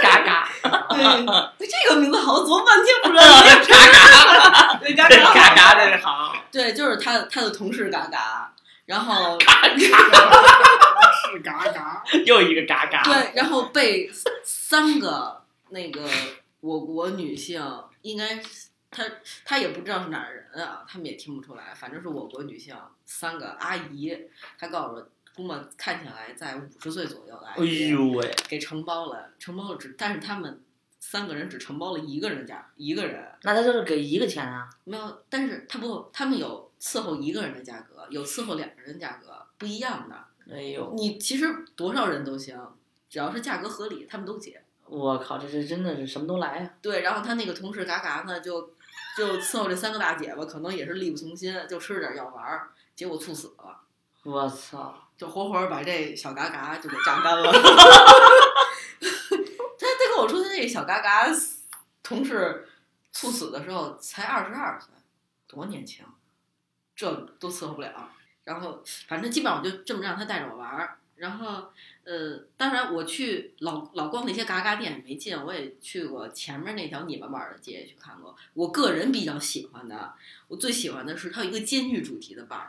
Speaker 1: 嘎嘎
Speaker 3: 对，这个名字好像琢磨半天不知道。
Speaker 5: 对，嘎嘎。
Speaker 1: 嘎嘎，这是好。
Speaker 3: 对，就是他的他的同事嘎嘎，然后
Speaker 2: 是嘎嘎，
Speaker 1: 又一个嘎嘎。
Speaker 3: 对，然后被三个那个我国女性，应该是她她也不知道是哪儿人啊，他们也听不出来，反正是我国女性三个阿姨，她告诉我，估摸看起来在五十岁左右的阿
Speaker 1: 哎
Speaker 3: 姨，
Speaker 1: 呦喂，
Speaker 3: 给承包了，承包了只，但是他们三个人只承包了一个人家，一个人
Speaker 1: 那他就是给一个钱啊？
Speaker 3: 没有，但是他不，他们有伺候一个人的价格，有伺候两个人的价格，不一样的。
Speaker 1: 哎呦，
Speaker 3: 你其实多少人都行，只要是价格合理，他们都结。
Speaker 1: 我靠，这是真的是什么都来啊呀、
Speaker 3: 对，然后他那个同事嘎嘎呢，就就伺候这三个大姐吧，可能也是力不从心，就吃点药丸儿，结果猝死了，
Speaker 1: 我操，
Speaker 3: 就活活把这小嘎嘎就给榨干了。 他他跟我说，他那个小嘎嘎同事猝死的时候才二十二岁，多年轻，这都伺候不了。然后反正基本上我就这么让他带着我玩儿。然后呃，当然我去老老逛那些嘎嘎店也没劲，我也去过前面那条你们玩儿的街也去看过。我个人比较喜欢的，我最喜欢的是它有一个监狱主题的 bar。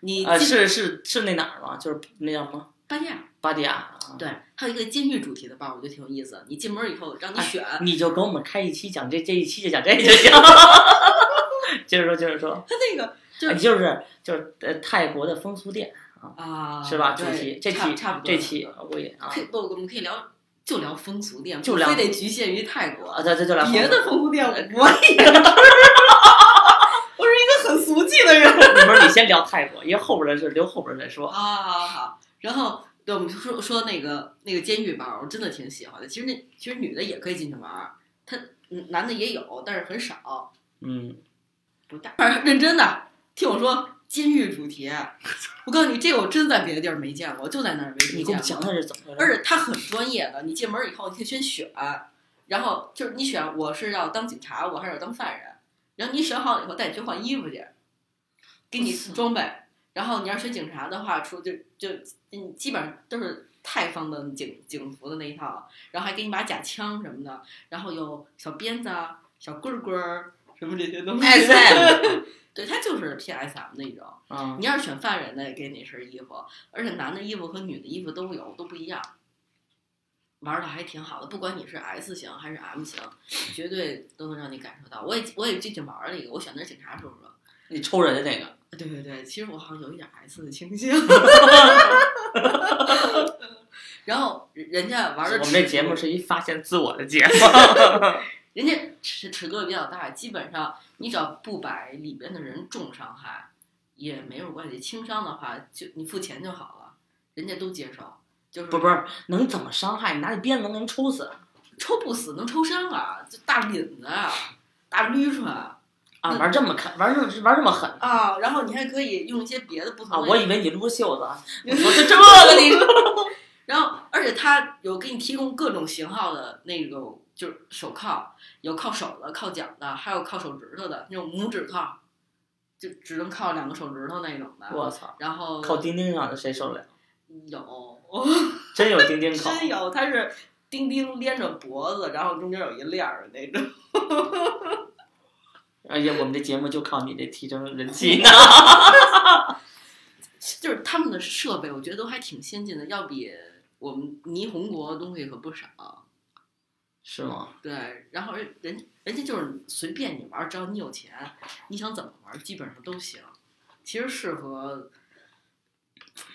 Speaker 3: 你
Speaker 1: 呃，
Speaker 3: 进
Speaker 1: 是是是那哪儿吗？就是那叫什么
Speaker 3: 半夜
Speaker 1: 巴迪亚啊？
Speaker 3: 对，还有一个监狱主题的包，我觉得挺有意思。你进门以后让
Speaker 1: 啊
Speaker 3: 你选，
Speaker 1: 你就给我们开一期讲这，这一期就讲这就行。 接着说，接着说，
Speaker 3: 它那个就
Speaker 1: 哎就是就是呃泰国的风俗店
Speaker 3: 啊，
Speaker 1: 是吧？主
Speaker 3: 对
Speaker 1: 题这
Speaker 3: 差
Speaker 1: 期
Speaker 3: 差不多
Speaker 1: 这
Speaker 3: 差不
Speaker 1: 期
Speaker 3: 多
Speaker 1: 我也啊
Speaker 3: 可以不，我们可以聊就聊风俗店，
Speaker 1: 就
Speaker 3: 不
Speaker 1: 聊
Speaker 3: 非得局限于泰国
Speaker 1: 啊，，这这就来
Speaker 5: 别的风俗店 我也，我是一个很俗气的人。
Speaker 1: 不是你先聊泰国，因为后边的事留后边再说。
Speaker 3: 啊，好好好。然后对，我们就说说那个那个监狱包，我真的挺喜欢的。其实那其实女的也可以进去玩儿，他男的也有，但是很少，
Speaker 1: 嗯，
Speaker 3: 不大。认真的，听我说。监狱主题， 我告诉你，这个我真在别的地儿没见过，就在那儿没
Speaker 1: 你
Speaker 3: 没见过。
Speaker 1: 给我们讲讲是怎么回
Speaker 3: 而
Speaker 1: 事？
Speaker 3: 且他很专业的，你进门以后你可以先选，然后就是你选我是要当警察，我还是要当犯人，然后你选好了以后带你去换衣服去，给你装备，然后你要选警察的话，出就就你基本上都是泰方的警警服的那一套，然后还给你把假枪什么的，然后有小鞭子、啊、小棍棍儿什么这些 东西。
Speaker 1: 哎 SM
Speaker 3: 对他就是 PSM 那种。
Speaker 1: 啊，
Speaker 3: 你要是选犯人的，也给你一身衣服，而且男的衣服和女的衣服都有，都不一样。玩的还挺好的，不管你是 S 型还是 M 型，绝对都能让你感受到。我也我也进去玩了一个，我选的是警察叔叔。
Speaker 1: 你抽人家那个，
Speaker 3: 对对对，其实我好像有一点 S 的倾向。 然后人家玩的，
Speaker 1: 我们这节目是一发现自我的节目。
Speaker 3: 人家尺尺度也比较大，基本上你只要不把里边的人重伤害也没有关系，轻伤的话就你付钱就好了，人家都接受。就是
Speaker 1: 不不是，能怎么伤害？你拿那鞭子能给人抽死啊
Speaker 3: 抽不死，能抽伤啊，就大领子啊，大捋出来
Speaker 1: 啊！
Speaker 3: 那
Speaker 1: 玩这么看，玩这玩这么狠
Speaker 3: 啊。然后你还可以用一些别的不同的
Speaker 1: 啊！我以为你撸个袖子啊，我 说 这个你
Speaker 3: 然后，而且他有给你提供各种型号的那种，就是手铐，有靠手的、靠脚的，还有靠手指头的那种拇指铐，就只能靠两个手指头那种的。
Speaker 1: 我操！
Speaker 3: 然后
Speaker 1: 靠钉钉上的谁受得了？
Speaker 3: 有，
Speaker 1: 真有 钉钉口，
Speaker 3: 真有，它是钉钉连着脖子，然后中间有一链儿的那种。
Speaker 1: 而且我们这节目就靠你这提升人气 呢。
Speaker 3: 就是他们的设备，我觉得都还挺先进的，要比我们霓虹国的东西可不少。
Speaker 1: 是吗？
Speaker 3: 对，然后人人家就是随便你玩儿，只要你有钱，你想怎么玩儿基本上都行。其实适合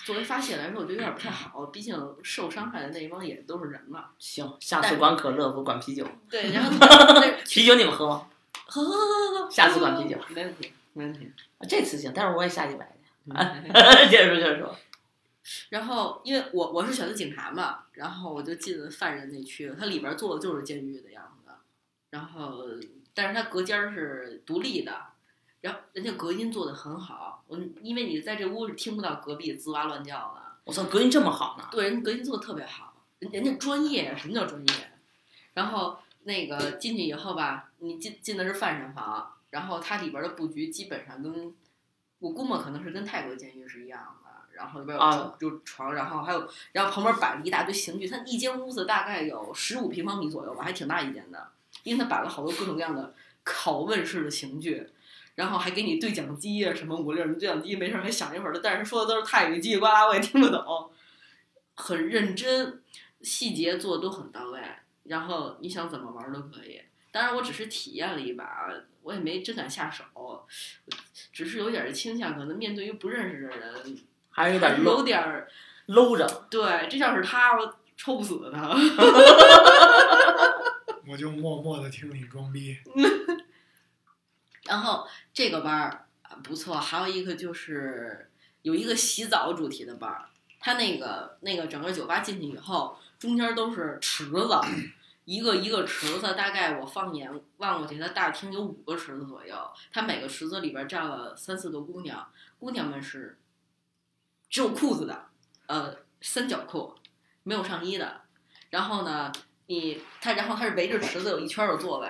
Speaker 3: 作为发泄来说，我觉得有点不太好，毕竟受伤害的那一帮也都是人嘛。
Speaker 1: 行，下次管可乐，不管啤 酒。
Speaker 3: 对， 然后但是
Speaker 1: 啤酒你们喝吗？
Speaker 3: 喝喝喝喝喝，
Speaker 1: 下次管啤酒，
Speaker 3: 没问题，没问题。
Speaker 1: 啊这次行，但是我也下去买去。
Speaker 3: 嗯
Speaker 1: 接着说，接着说。
Speaker 3: 然后，因为我我是选的警察嘛，然后我就进了犯人那区了，它里边儿做的就是监狱的样子，然后但是它隔间儿是独立的，然后人家隔音做的很好，我因为你在这屋是听不到隔壁吱哇乱叫的，
Speaker 1: 我操，隔音这么好呢？
Speaker 3: 对，人家隔音做的特别好，人人家专业呀，什么叫专业？然后那个进去以后吧，你进进的是犯人房，然后它里边儿的布局基本上跟我估摸可能是跟泰国监狱是一样的，然后里边有床、
Speaker 1: 啊
Speaker 3: 就床，然后还有然后旁边摆了一大堆刑具，它一间屋子大概有十五平方米左右吧，还挺大一间的，因为它摆了好多各种各样的拷问式的刑具。然后还给你对讲机啊，什么五六什么对讲机，没事儿还响一会儿的，但是说的都是泰语，叽里呱啦我也听不懂。很认真，细节做的都很到位，然后你想怎么玩儿都可以。当然，我只是体验了一把，我也没真敢下手，只是有点儿倾向，可能面对于不认识的人，
Speaker 1: 还是有点
Speaker 3: 有
Speaker 1: 搂
Speaker 3: 点儿
Speaker 1: 搂着。
Speaker 3: 对。这要是他，我抽不死他。
Speaker 2: 我就默默的听你装逼。
Speaker 3: 然后这个班儿啊不错，还有一个就是有一个洗澡主题的班儿，它那个那个整个酒吧进去以后，中间都是池子，一个一个池子，大概我放眼望过去，它大厅有五个池子左右，它每个池子里边站了三四个姑娘，姑娘们是只有裤子的，呃，三角裤，没有上衣的。然后呢，你它然后它是围着池子有一圈儿有座位，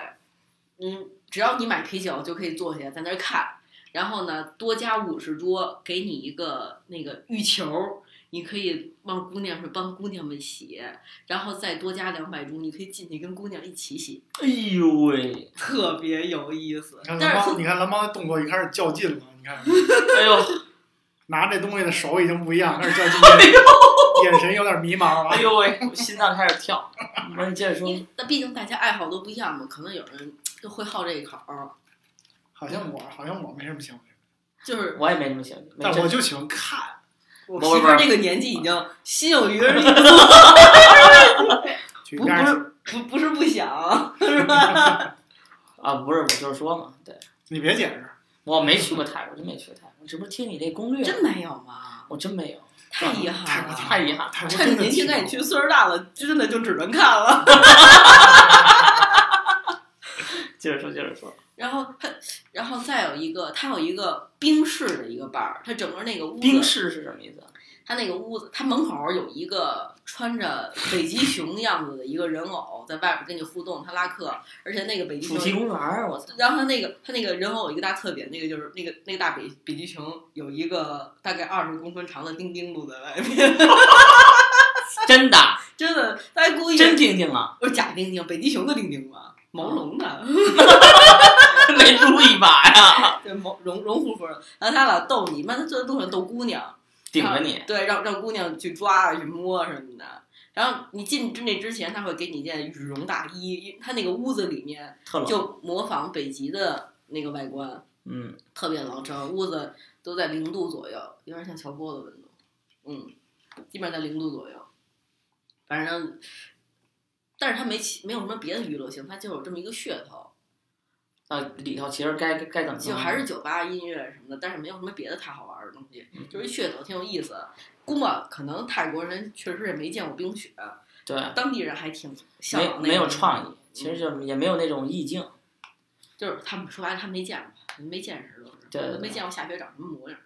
Speaker 3: 嗯，只要你买啤酒就可以坐下在那儿看，然后呢多加五十桌，给你一个那个浴球，你可以帮姑娘是帮姑娘们洗，然后再多加两百盅，你可以进去跟姑娘一起洗，
Speaker 1: 哎呦喂！
Speaker 3: 特别有意思
Speaker 2: 你看蓝
Speaker 3: 但是
Speaker 2: 猫，你看蓝猫的动作已经开始较劲了，你看
Speaker 1: 哎呦，
Speaker 2: 拿这东西的手已经不一样，开始较
Speaker 3: 哎
Speaker 2: 劲，眼神有点迷 茫
Speaker 1: 哎
Speaker 2: 了。
Speaker 1: 呦喂！我心脏开始 跳。不是，你接着说
Speaker 3: 因。为那毕竟大家爱好都不一样嘛，可能有人就会好这一口儿，
Speaker 2: 好像我，好像我没什么兴趣，
Speaker 3: 就是
Speaker 1: 我也没什么兴趣，没
Speaker 2: 但
Speaker 1: 这
Speaker 2: 我就喜欢看。
Speaker 3: 我
Speaker 1: 不是
Speaker 3: 媳妇
Speaker 1: 不是
Speaker 3: 儿这个年纪已 经心有余而力
Speaker 2: 去
Speaker 3: 不
Speaker 2: 边
Speaker 3: 不是
Speaker 2: 上
Speaker 3: 不不是不想，
Speaker 1: 啊，不是，我就是说嘛，对，
Speaker 2: 你别解释，
Speaker 1: 我没去过泰国，真没去过泰国，只不过听你这攻略，
Speaker 3: 真没有吗？
Speaker 1: 我真没有，
Speaker 3: 太遗憾了，
Speaker 1: 太遗憾。
Speaker 2: 泰国
Speaker 3: 趁着
Speaker 2: 真的
Speaker 3: 年轻
Speaker 2: 挺好
Speaker 3: 赶紧去，岁数大了，真的就只能看了。
Speaker 1: 接着说，接着说，
Speaker 3: 然后他，然后再有一个，他有一个冰室的一个伴儿，他整个那个屋
Speaker 1: 冰
Speaker 3: 子，
Speaker 1: 室是什么意思？啊
Speaker 3: 他那个屋子，他门口儿有一个穿着北极熊样子的一个人偶在外边跟你互动，他拉客，而且那个北极
Speaker 1: 主
Speaker 3: 熊
Speaker 1: 题公园儿，我操！
Speaker 3: 然后他那个他那个人偶有一个大特点，那个就是那个那个大北北极熊有一个大概二十公分长的钉钉露在外面，
Speaker 1: 真的
Speaker 3: 真的，他还故意
Speaker 1: 真嗯听听 啊，
Speaker 3: 不是假钉钉，北极熊的钉钉嘛，毛绒的，
Speaker 1: 没撸一把 呀，
Speaker 3: 对，毛绒绒乎乎的。然后他老逗你，妈，他坐在路上逗姑娘，
Speaker 1: 顶着你，
Speaker 3: 对，让让姑娘去抓、啊去摸什么的。然后你进那之前，他会给你一件羽绒大衣，因为他那个屋子里面
Speaker 1: 特冷。
Speaker 3: 就模仿北极的那个外观，
Speaker 1: 嗯，
Speaker 3: 特别冷，整个屋子都在零度左右，有点像乔波的温度，嗯，基本上在零度左右。反正，但是他没其没有什么别的娱乐性，他就有这么一个噱头。
Speaker 1: 那呃里头其实该该怎么弄
Speaker 3: 就还是酒吧音乐什么的，但是没有什么别的太好玩儿的东西，
Speaker 1: 嗯
Speaker 3: 就是噱头挺有意思的。估摸可能泰国人确实也没见过冰雪，
Speaker 1: 对，
Speaker 3: 当地人还挺向
Speaker 1: 没
Speaker 3: 往那
Speaker 1: 没有
Speaker 3: 种
Speaker 1: 创意，其实就也没有那种意境。
Speaker 3: 就是他们说白了，他没见过，没见识都是，
Speaker 1: 对对对
Speaker 3: 没见过下雪长什么模样。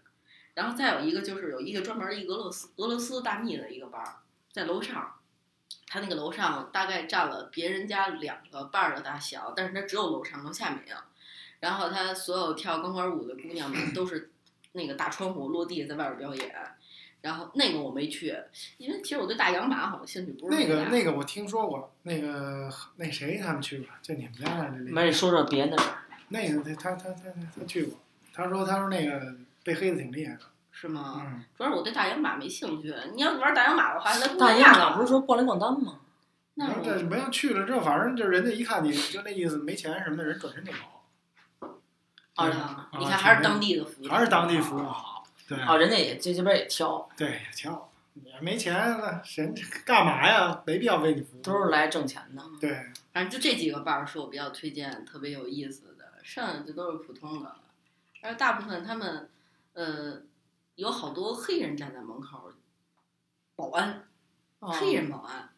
Speaker 3: 然后再有一个就是有一个专门儿一个俄罗斯俄罗斯大蜜的一个班儿，在楼上，他那个楼上大概占了别人家两个半儿的大小，但是他只有楼上，楼下没有。然后他所有跳钢管舞的姑娘们都是那个大窗户落地在外边儿表演。然后那个我没去，因为其实我对大洋马好像兴趣不是
Speaker 2: 那个
Speaker 3: 大
Speaker 2: 那个我听说过，那个那谁他们去过，就你们家那里，
Speaker 1: 没事，说说别人的事儿。
Speaker 2: 那个他他他他他去过，他说他说那个被黑的挺厉害的，
Speaker 3: 是
Speaker 1: 啊
Speaker 3: 吗？
Speaker 2: 嗯，
Speaker 3: 主要是我对大洋马没兴趣。你要玩大洋马的话，在东
Speaker 1: 大
Speaker 3: 南
Speaker 1: 爷
Speaker 3: 亚
Speaker 1: 马不是说逛来逛当吗？
Speaker 3: 那
Speaker 2: 然后这
Speaker 3: 我
Speaker 2: 没有去了之后，反正就是人家一看你就那意思，没钱什么的，人转身就跑，
Speaker 3: 二
Speaker 1: 啊
Speaker 2: 嗯
Speaker 3: 郎，你看还是当地的服务，
Speaker 2: 还是当地服务好，对
Speaker 1: 啊，人家也这这边也挑，
Speaker 2: 对，挺好。你没钱了，谁干嘛呀？没必要为你服务。
Speaker 1: 都是来挣钱的。
Speaker 2: 对，
Speaker 3: 反正就这几个伴儿是我比较推荐，特别有意思的，剩下的都是普通的。而大部分他们，呃，有好多黑人站在门口，保安，
Speaker 1: 哦
Speaker 3: 黑人保安，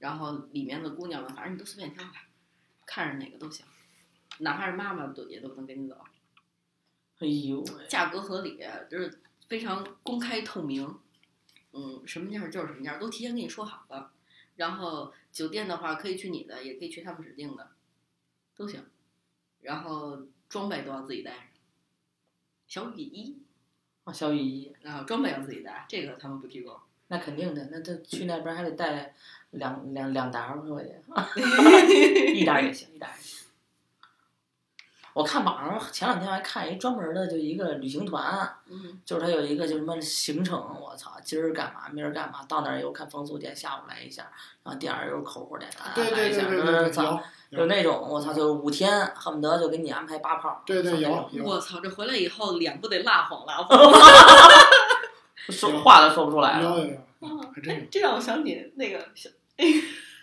Speaker 3: 然后里面的姑娘们，反正你都随便挑吧，看着哪个都行，哪怕是妈妈都也都能跟你走，
Speaker 1: 哎呦喂，
Speaker 3: 价格合理，就是非常公开透明，嗯，什么样就是什么样，都提前跟你说好了。然后酒店的话，可以去你的，也可以去他们指定的，都行。然后装备都要自己带上，小雨衣，
Speaker 1: 啊小雨衣，
Speaker 3: 然后装备要自己带，这个他们不提供。
Speaker 1: 那肯定的，那他去那边还得带两两两沓吧，我去， 一沓也行，一沓也行。我看网上前两天还看一专门的，就一个旅行团，
Speaker 3: 嗯，
Speaker 1: 就是他有一个就什么行程，我操，今儿干嘛，明儿干嘛，到那儿又看风俗店，下午来一下，然后第二日又口活店，啊
Speaker 2: 对
Speaker 1: 来
Speaker 2: 对
Speaker 1: 一
Speaker 2: 对
Speaker 1: 下，
Speaker 2: 对
Speaker 1: 嗯
Speaker 2: 对对，
Speaker 1: 操，
Speaker 2: 有，
Speaker 1: 有那种我操，就是五天，恨不得就给你安排八炮。
Speaker 2: 对对有有，
Speaker 3: 我操，这回来以后脸不得蜡 黄 蜡黄。
Speaker 1: 说话都说不出来
Speaker 2: 有
Speaker 1: 了。
Speaker 2: 有有，还真有
Speaker 3: 哎这让我想起那个小哎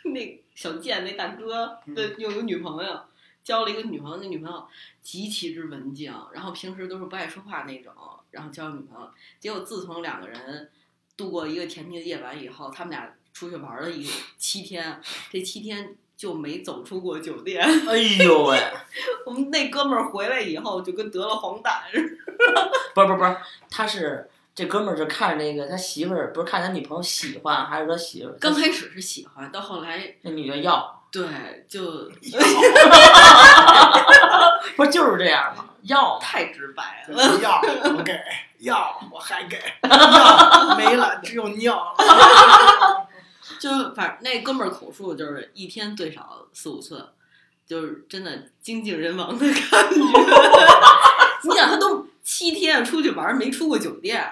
Speaker 3: 那小健那大哥
Speaker 2: 嗯
Speaker 3: 对，有个女朋友，交了一个女朋友，那女朋友极其之文静，然后平时都是不爱说话那种，然后交了女朋友，结果自从两个人度过一个甜蜜的夜晚以后，他们俩出去玩了一七天，这七天就没走出过酒店。
Speaker 1: 哎呦喂，
Speaker 3: 我们那哥们儿回来以后就跟得了黄疸似的。
Speaker 1: 不是不是不是，他是这哥们儿是看那个他媳妇儿，不是看他女朋友喜欢，还是说媳妇儿
Speaker 3: 刚开始是喜欢，到后来
Speaker 1: 那女的要？
Speaker 3: 对就
Speaker 1: 不是就是这样吗？要
Speaker 3: 太直白了。
Speaker 2: 对 要我给要我还给要没了，只有尿了。
Speaker 3: 就反正那哥们儿口述就是一天最少四五次，就是真的精尽人亡的感觉。 你想，他都七天出去玩儿没出过酒店，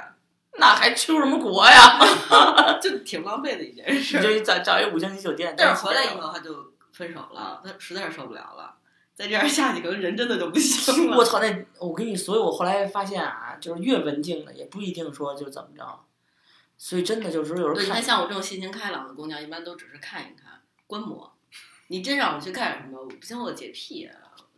Speaker 1: 那还出什么国呀？
Speaker 3: 就挺浪费的一件
Speaker 1: 你
Speaker 3: 事。
Speaker 1: 就找找一五星级酒店，
Speaker 3: 但是回来以后他就分手了，他实在是受不了了。再这样下去，可能人真的就不行
Speaker 1: 我
Speaker 3: 了。
Speaker 1: 操，那我跟你，所以我后来发现啊，就是越文静的也不一定说就怎么着，所以真的就是有时
Speaker 3: 对，
Speaker 1: 候
Speaker 3: 你看
Speaker 1: 看
Speaker 3: 像我这种性情开朗的姑娘，一般都只是看一看、观摩。你真让我去干什么？我不行，我洁癖、啊，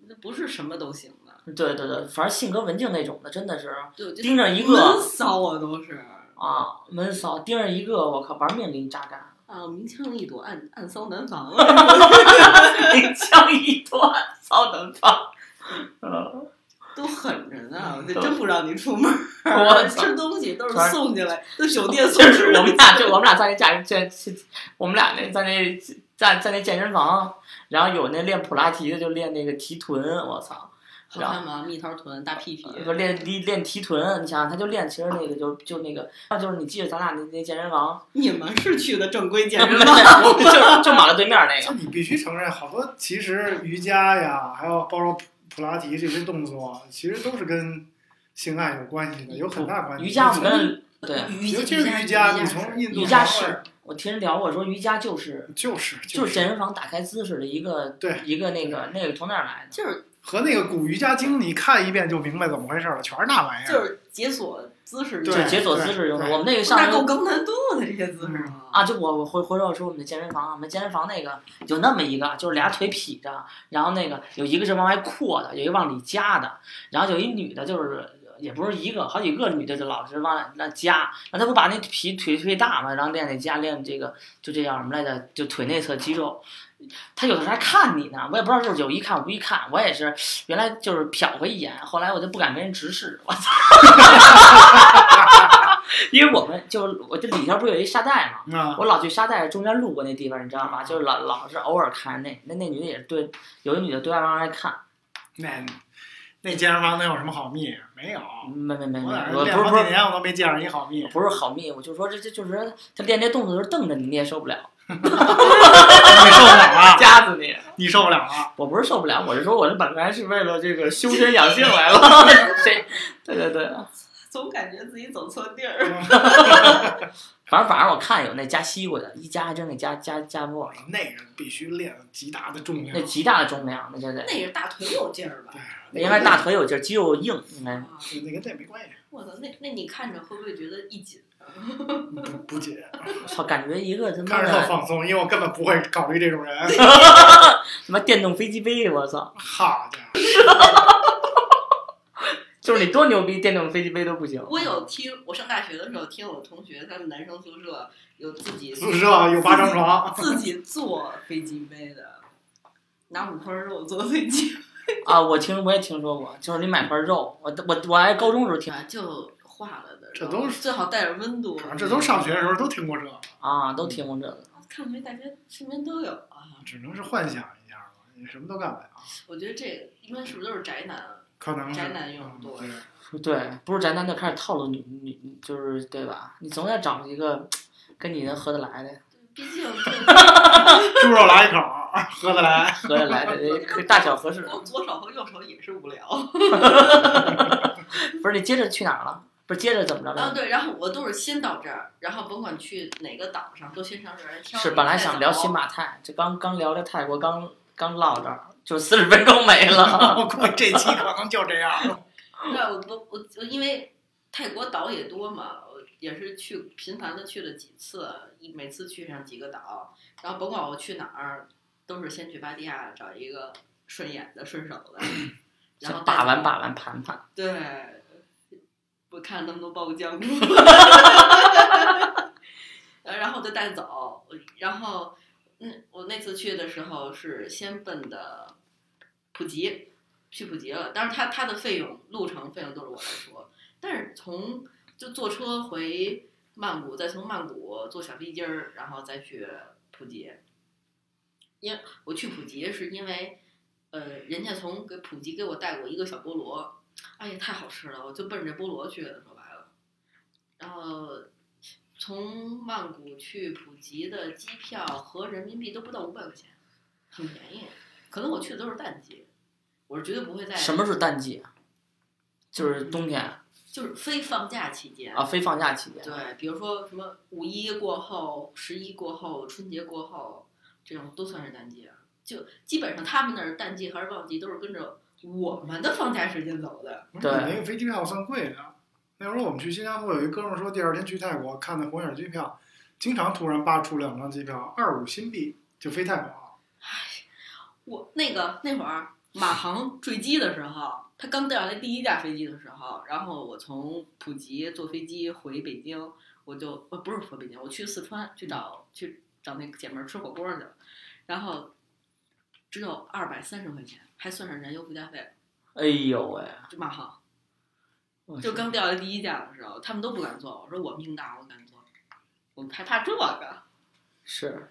Speaker 3: 那不是什么都行的。
Speaker 1: 对对对，反正性格文静那种的真的是
Speaker 3: 对，我就
Speaker 1: 盯上一
Speaker 3: 闷
Speaker 1: 个
Speaker 3: 骚啊，都是。
Speaker 1: 啊，闷骚盯上一个，我靠，玩命给你榨干，
Speaker 3: 啊，明枪易躲，暗暗骚难防啊！
Speaker 1: 给枪一断，骚能放。嗯，
Speaker 3: 都狠着呢，这真不让你出门儿。
Speaker 1: 我操
Speaker 3: 吃东西都是
Speaker 1: 全是
Speaker 3: 送进来，都酒店送
Speaker 1: 就是
Speaker 3: 吃
Speaker 1: 我们
Speaker 3: 的。
Speaker 1: 俩，就我们俩在那健健，我们俩那在那在在那健身房，然后有那练普拉提的就练那个提臀，我操，
Speaker 3: 好看吗？蜜桃臀、大屁屁，
Speaker 1: 呃不练练练提臀，你想想，他就练，其实那个就就那个，那就是你记得咱俩那那健身房，
Speaker 3: 你们是去的正 规健 身房吗？
Speaker 1: 就就马路对面那
Speaker 2: 就
Speaker 1: 个，
Speaker 2: 你必须承认，好多其实瑜伽呀，还有包括普普拉提这些动作，其实都是跟性爱有关系的，有很大关系。
Speaker 1: 瑜伽我们
Speaker 2: 从
Speaker 1: 跟对
Speaker 3: 瑜
Speaker 2: 尤
Speaker 3: 伽
Speaker 2: 其是
Speaker 3: 瑜
Speaker 2: 瑜
Speaker 3: 伽
Speaker 2: 你从印度
Speaker 1: 瑜伽
Speaker 2: 传过
Speaker 1: 是，我听人聊过，说瑜伽就是
Speaker 2: 来就是
Speaker 1: 就是
Speaker 2: 是
Speaker 1: 健身房打开姿势的一个
Speaker 2: 对
Speaker 1: 一个那个那个从那儿来的，
Speaker 3: 就是
Speaker 2: 和那个古瑜伽经，你看一遍就明白怎么回事了，全是那玩意
Speaker 3: 就
Speaker 2: 儿。
Speaker 3: 是解锁姿势
Speaker 2: 对
Speaker 1: 就
Speaker 3: 用的，
Speaker 1: 解锁姿势用的。
Speaker 2: 对
Speaker 1: 我们那个上
Speaker 3: 那
Speaker 1: 周
Speaker 3: 够高难度的这些姿势吗？
Speaker 1: 啊，就我我回回头我说我们的健身房，我们健身房那个有那么一个，就是俩腿劈着，然后那个有一个是往外扩的，有一个往里夹的，然后有一女的，就是也不是一个，好几个女的就老是往那夹，那她不把那皮腿推大嘛，然后练那夹练这个就这叫什么来着？就腿内侧肌肉。她有的时候还看你呢，我也不知道是有意看无意看，我也是原来就是瞟过一眼，后来我就不敢跟人直视， 我操，因为我们就是我这里头不是有一沙袋嘛，
Speaker 2: 啊，
Speaker 1: 我老去沙袋中间路过那地方，你知道吗？就是老老是偶尔看那那那女的也是对，有一女的对外往外看，
Speaker 2: 那那健身房能有什么好蜜？没有，
Speaker 1: 没没没没，
Speaker 2: 我在
Speaker 1: 嗯我
Speaker 2: 这练
Speaker 1: 不是
Speaker 2: 好
Speaker 1: 不是
Speaker 2: 几年，我都没见着一好蜜。
Speaker 1: 不是好蜜，我就说这这就是她练这动作的时候瞪着你，你也受不了，
Speaker 2: 你受不了了，
Speaker 1: 夹死你！
Speaker 2: 你受不了啊了。
Speaker 1: 我不是受不了，我是说我这本来是为了这个修身养性来了，谁？ 对对对，
Speaker 3: 总感觉自己走错地儿。
Speaker 2: 嗯
Speaker 1: 反正反正我看有那夹西瓜的，一夹还真给夹夹夹破了，
Speaker 2: 那个必须练极大的重量
Speaker 1: 那。极大的重量，那就得
Speaker 3: 那也是大腿有劲儿吧？
Speaker 1: 那应该大腿有劲儿，肌肉硬，应该
Speaker 3: 啊
Speaker 2: 那跟这没 关系，
Speaker 3: 我操，那那你看着会不会觉得一紧？
Speaker 2: 不不解。
Speaker 1: 操，感觉一个他妈
Speaker 2: 看着特
Speaker 1: 的
Speaker 2: 放松，因为我根本不会考虑这种人。
Speaker 1: 什么电动飞机杯，我操！
Speaker 2: 好家伙，
Speaker 1: 就是你多牛逼，电动飞机杯都不行。
Speaker 3: 我有听，我上大学的时候听我同学他们男生宿舍有自己
Speaker 2: 宿舍有八张床，
Speaker 3: 自己做飞机杯的，拿五花肉做飞机杯，
Speaker 1: 啊，我听我也听说过，就是你买块肉，我我我还高中时候听
Speaker 3: 啊就化了的。
Speaker 2: 这都是啊
Speaker 3: 最好带点温度。啊
Speaker 2: 这都上学的时候都听过这个，
Speaker 1: 啊，都听过这个。
Speaker 3: 看回大家身边都有啊。
Speaker 2: 只能是幻想一下嘛，你什么都干不了，
Speaker 3: 我觉得这个一般是不是都是宅男啊？
Speaker 2: 可能是
Speaker 3: 宅男用的多
Speaker 2: 嗯
Speaker 1: 对，不是宅男就开始套路女女，就是对吧？你总得找一个跟你能合得来的，
Speaker 3: 毕竟这
Speaker 2: 对猪肉来一口， 喝得来。
Speaker 1: 合得来的，呃大小合适。
Speaker 3: 光左手和右手也是无聊。
Speaker 1: 不是你接着去哪儿了？不是接着怎么着
Speaker 3: 啊，
Speaker 1: 了？
Speaker 3: 对，然后我都是先到这儿，然后甭管去哪个岛上，都先上这儿来挑。
Speaker 1: 是本来想聊新，马泰，这刚刚聊这泰国，刚刚唠这儿，就四十分钟没 了。
Speaker 2: 我估计这期可能就这样。
Speaker 3: 对，我不我我因为泰国岛也多嘛，我也是去频繁的去了几次，一每次去上几个岛，然后甭管我去哪儿，都是先去芭提雅找一个顺眼的、顺手的，然后
Speaker 1: 先把玩
Speaker 3: 把
Speaker 1: 把玩盘盘，
Speaker 3: 对，我看那么多爆浆 珠，呃然后我就带走，我然后嗯，我那次去的时候是先奔的普吉，去普吉了，当然它它的费用路程费用都是我来说，但是从就坐车回曼谷，再从曼谷坐小飞机儿，然后再去普吉。因我去普吉是因为，呃，人家从给普吉给我带过一个小菠萝，哎呀，太好吃了！我就奔着这菠萝去的，说白了。然后从曼谷去普吉的机票和人民币都不到五百块钱，很便宜。可能我去的都是淡季，我是绝对不会在
Speaker 1: 什么是淡季啊？就是冬天
Speaker 3: 就是非放假期间
Speaker 1: 啊，非放假期间。
Speaker 3: 对，比如说什么五一过后、十一过后、春节过后，这种都算是淡季啊。就基本上他们那儿淡季还是旺季都是跟着我们的放假时间走的。
Speaker 1: 对
Speaker 2: 那个飞机票算贵的。那会儿我们去新加坡，有一哥们儿说第二天去泰国，看那红眼机票，经常突然扒出两张机票，二五新币就飞泰国。
Speaker 3: 我那个那会儿马航坠机的时候，他刚掉下来第一架飞机的时候，然后我从普吉坐飞机回北京，我就呃不是回北京，我去四川去找去找那个姐们儿吃火锅去了，然后只有二百三十块钱，还算上燃油附加费，
Speaker 1: 哎呦喂！
Speaker 3: 就马航
Speaker 1: 哦
Speaker 3: 就刚掉下来第一架的时候，他们都不敢坐，我说我命大，我敢坐，我还怕这个。
Speaker 1: 是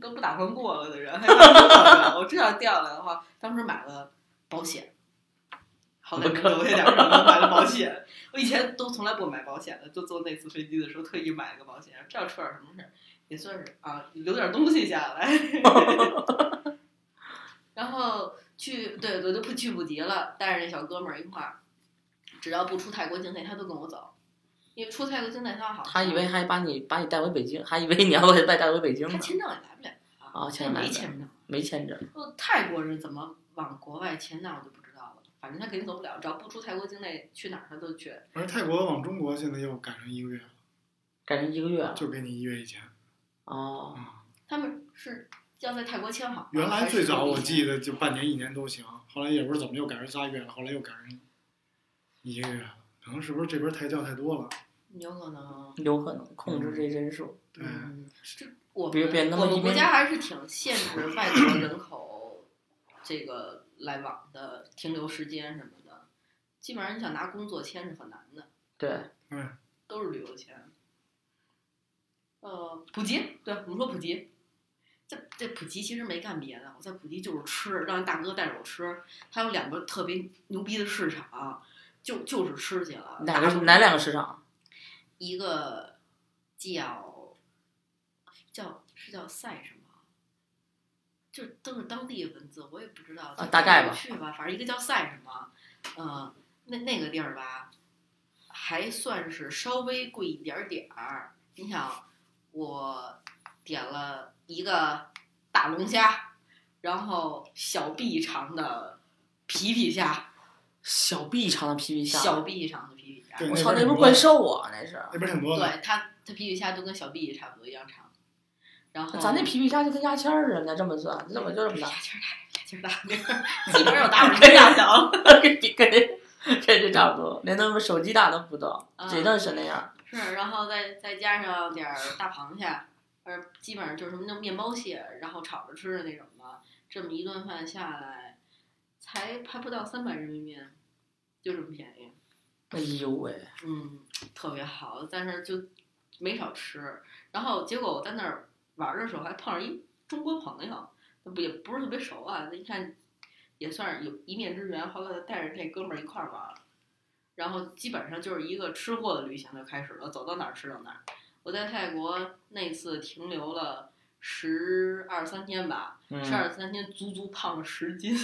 Speaker 3: 都不打算 过了的人，还打算过了我这要掉了的话，当时买了保险，好歹能留下点儿，然后买了保险。我以前都从来不买保险的，就坐那次飞机的时候特意买了个保险，这要出点什么事儿也算是啊留点东西下来。 然后去对我就不去普吉了，带着那小哥们儿一块儿，只要不出泰国境内，他都跟我走，因为出泰国境内他好像
Speaker 1: 他以为还把你把你带回北京，还以为你要把带回北京
Speaker 3: 他
Speaker 1: 呢，
Speaker 3: 签证也来不了啊，
Speaker 1: 啊签证来
Speaker 3: 他没
Speaker 1: 不了
Speaker 3: 签证。
Speaker 1: 没签证。
Speaker 3: 哦，泰国人怎么往国外签，那我就不知道了。反正他肯定走不了，只要不出泰国境内，去哪儿他都去。
Speaker 2: 而泰国往中国现在又改成一个月了，
Speaker 1: 改成一个月了
Speaker 2: 就给你一月一千。
Speaker 1: 哦，
Speaker 2: 啊，
Speaker 3: 他们是要在泰国签好吗。
Speaker 2: 原来最早我记
Speaker 3: 得，
Speaker 2: 得就半年一年都行，后来也不知道怎么又改成仨月了，后来又改成一个月了。可能是不是这边儿抬轿太多了？
Speaker 3: 有可能。
Speaker 1: 有可能控制这人数。
Speaker 2: 对，
Speaker 1: 嗯，
Speaker 3: 我
Speaker 1: 别别那
Speaker 3: 们
Speaker 1: 么
Speaker 3: 我们
Speaker 1: 一
Speaker 3: 国
Speaker 1: 边
Speaker 3: 家还是挺限制外国人口这个来往的停留时间什么的。基本上你想拿工作签是很难的，
Speaker 1: 对，
Speaker 2: 嗯，
Speaker 3: 都是旅游签。呃，普吉，对我们说普吉，这这普吉其实没干别的，我在普吉就是吃，让大哥带着我吃，还有两个特别牛逼的市场，就就是吃去了。
Speaker 1: 哪
Speaker 3: 大
Speaker 1: 个
Speaker 3: 手
Speaker 1: 哪两个市场？
Speaker 3: 一个叫叫是叫赛什么，就都是当地文字，我也不知道。
Speaker 1: 啊大概吧
Speaker 3: 吧。去吧，反正一个叫赛什么，呃，那那个地儿吧，还算是稍微贵一点儿点儿。你想，我点了一个大龙虾，然后小臂长的皮皮虾，
Speaker 1: 小臂长的皮皮虾，
Speaker 3: 小臂长的皮皮虾。
Speaker 2: 对
Speaker 1: 我操，那不是怪兽啊，那是。
Speaker 2: 那边儿挺多的。
Speaker 3: 对它，它皮皮虾都跟小臂差不多一样长。然后
Speaker 1: 咱那皮皮虾就跟牙签儿似的，那这么算，怎么就这么
Speaker 3: 牙
Speaker 1: 大？
Speaker 3: 签儿大，牙签儿大，基本上 有打火机大小。
Speaker 1: 跟跟这就差不多， 嗯连他们手机大都不到，只能是那样。
Speaker 3: 嗯是，然后再再加上点儿大螃蟹，呃，基本上就是什么那种面包蟹，然后炒着吃的那种的。这么一顿饭下来，才还不到三百人民币，就这么便宜。
Speaker 1: 哎呦喂，
Speaker 3: 嗯，特别好，但是就没少吃。然后结果我在那儿玩儿的时候，还碰上一中国朋友，那不也不是特别熟啊，一看也算是有一面之缘。后来带着这哥们儿一块儿玩儿，然后基本上就是一个吃货的旅行就开始了，走到哪儿吃到哪儿。我在泰国那次停留了十二三天吧，十
Speaker 1: 嗯，
Speaker 3: 二三天足足胖了十斤。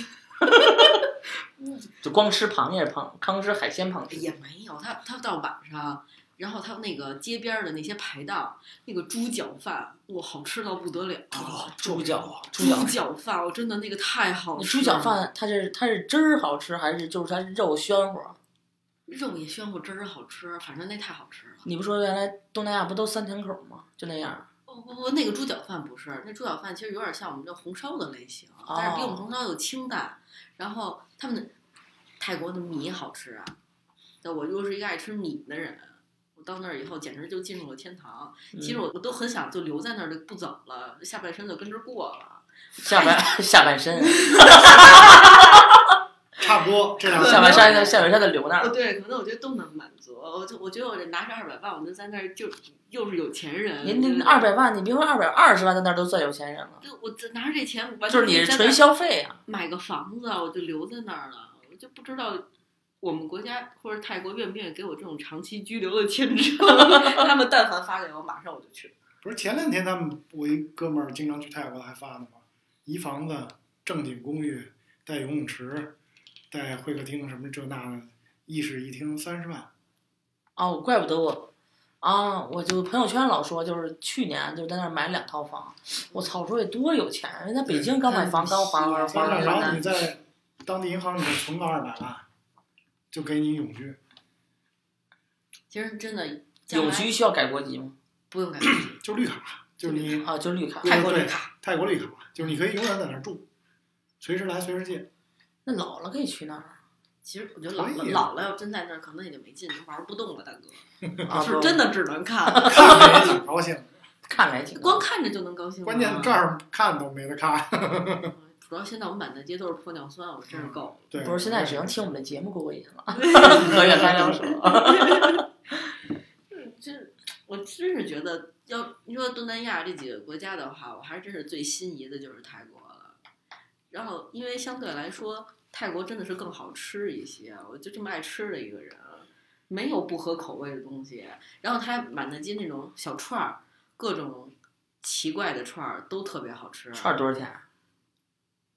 Speaker 1: 就光吃螃蟹胖，康吃海鲜螃
Speaker 3: 也
Speaker 1: 蟹，
Speaker 3: 没有，他他到晚上，然后他那个街边儿的那些排档，那个猪脚饭，哇，好吃到不得了！
Speaker 1: 哦猪脚，
Speaker 3: 猪
Speaker 1: 猪脚，
Speaker 3: 脚饭，我真的那个太好
Speaker 1: 你
Speaker 3: 吃了。啊
Speaker 1: 猪脚饭它是它是汁儿好吃，还是就是它肉暄乎？啊
Speaker 3: 肉也暄乎，汁儿好吃，反正那太好吃了。
Speaker 1: 你不说原来东南亚不都三甜口吗？就那样儿，
Speaker 3: 哦不不不，那个猪脚饭不是，那猪脚饭其实有点像我们这红烧的类型，
Speaker 1: 哦
Speaker 3: 但是比我们红烧有清淡。然后他们的泰国的米好吃啊，但我又是一个爱吃米的人，我到那儿以后简直就进入了天堂。其实
Speaker 1: 嗯
Speaker 3: 我我都很想就留在那儿就不走了，下半身就跟着过了。
Speaker 1: 下半下半 身，
Speaker 2: 差不多这两
Speaker 1: 下半身在下半身在流那
Speaker 3: 哦，
Speaker 1: 儿，
Speaker 3: 对，可能我觉得都能满足。我就我觉得我这拿着二百万，我就在那儿就又是有钱人。
Speaker 1: 你
Speaker 3: 就是
Speaker 1: 那二百万，你别说二百二十万，在那儿都算有钱人了，
Speaker 3: 就我这拿着这钱，我完
Speaker 1: 就是
Speaker 3: 全
Speaker 1: 你
Speaker 3: 在
Speaker 1: 是
Speaker 3: 那
Speaker 1: 纯
Speaker 3: 儿
Speaker 1: 消费啊。
Speaker 3: 买个房子啊，我就留在那儿了，我就不知道我们国家或者泰国愿不愿意给我这种长期居留的签证。 他们但凡发给我，马上我就去。
Speaker 2: 不是前两天他们我一哥们儿经常去泰国还发呢嘛，一房子正经公寓，带游泳池，带会客厅什么这那的，一室一厅三十万，
Speaker 1: 哦，怪不得我，啊，我就朋友圈老说，就是去年就在那儿买两套房，我操，我说得多有钱，啊人家北京刚买房，刚还完
Speaker 2: 三
Speaker 1: 还完
Speaker 2: 十万，然后
Speaker 1: 完，
Speaker 2: 你在当地银行里面存个二百万，就给你永居，
Speaker 3: 其实真的，将
Speaker 1: 永
Speaker 3: 来
Speaker 1: 居需要改国籍吗？
Speaker 3: 不用改
Speaker 2: 就绿卡，就是你
Speaker 1: 啊，就绿卡。
Speaker 3: 泰国
Speaker 2: 对
Speaker 3: 绿
Speaker 1: 啊
Speaker 3: 卡，
Speaker 2: 泰国绿卡，就是你可以永远在那儿住，随时来随时 去。
Speaker 1: 那老了可以去那儿
Speaker 3: 其实我觉得老
Speaker 2: 可
Speaker 3: 了
Speaker 2: 以啊
Speaker 3: 老了要真在那儿，可能也就没劲，玩不动了，大哥。
Speaker 1: 啊，
Speaker 3: 是真的只能看，
Speaker 2: 看着也挺高兴，
Speaker 1: 看来挺
Speaker 3: 光看着就能高兴了。
Speaker 2: 关键这儿看都没得 看。
Speaker 3: 主要现在我们满大街都是玻尿酸，我
Speaker 2: 嗯
Speaker 3: 真是够了。
Speaker 2: 对，
Speaker 1: 不是现在只能听我们的节目过过瘾 了，可远三 两说。
Speaker 3: 这我真是觉得要，你说东南亚这几个国家的话，我还真是最心仪的就是泰国了。然后，因为相对来说，泰国真的是更好吃一些。我就这么爱吃的一个人，没有不合口味的东西。然后他满大街那种小串儿，各种奇怪的串儿都特别好吃。
Speaker 1: 串儿多少钱啊？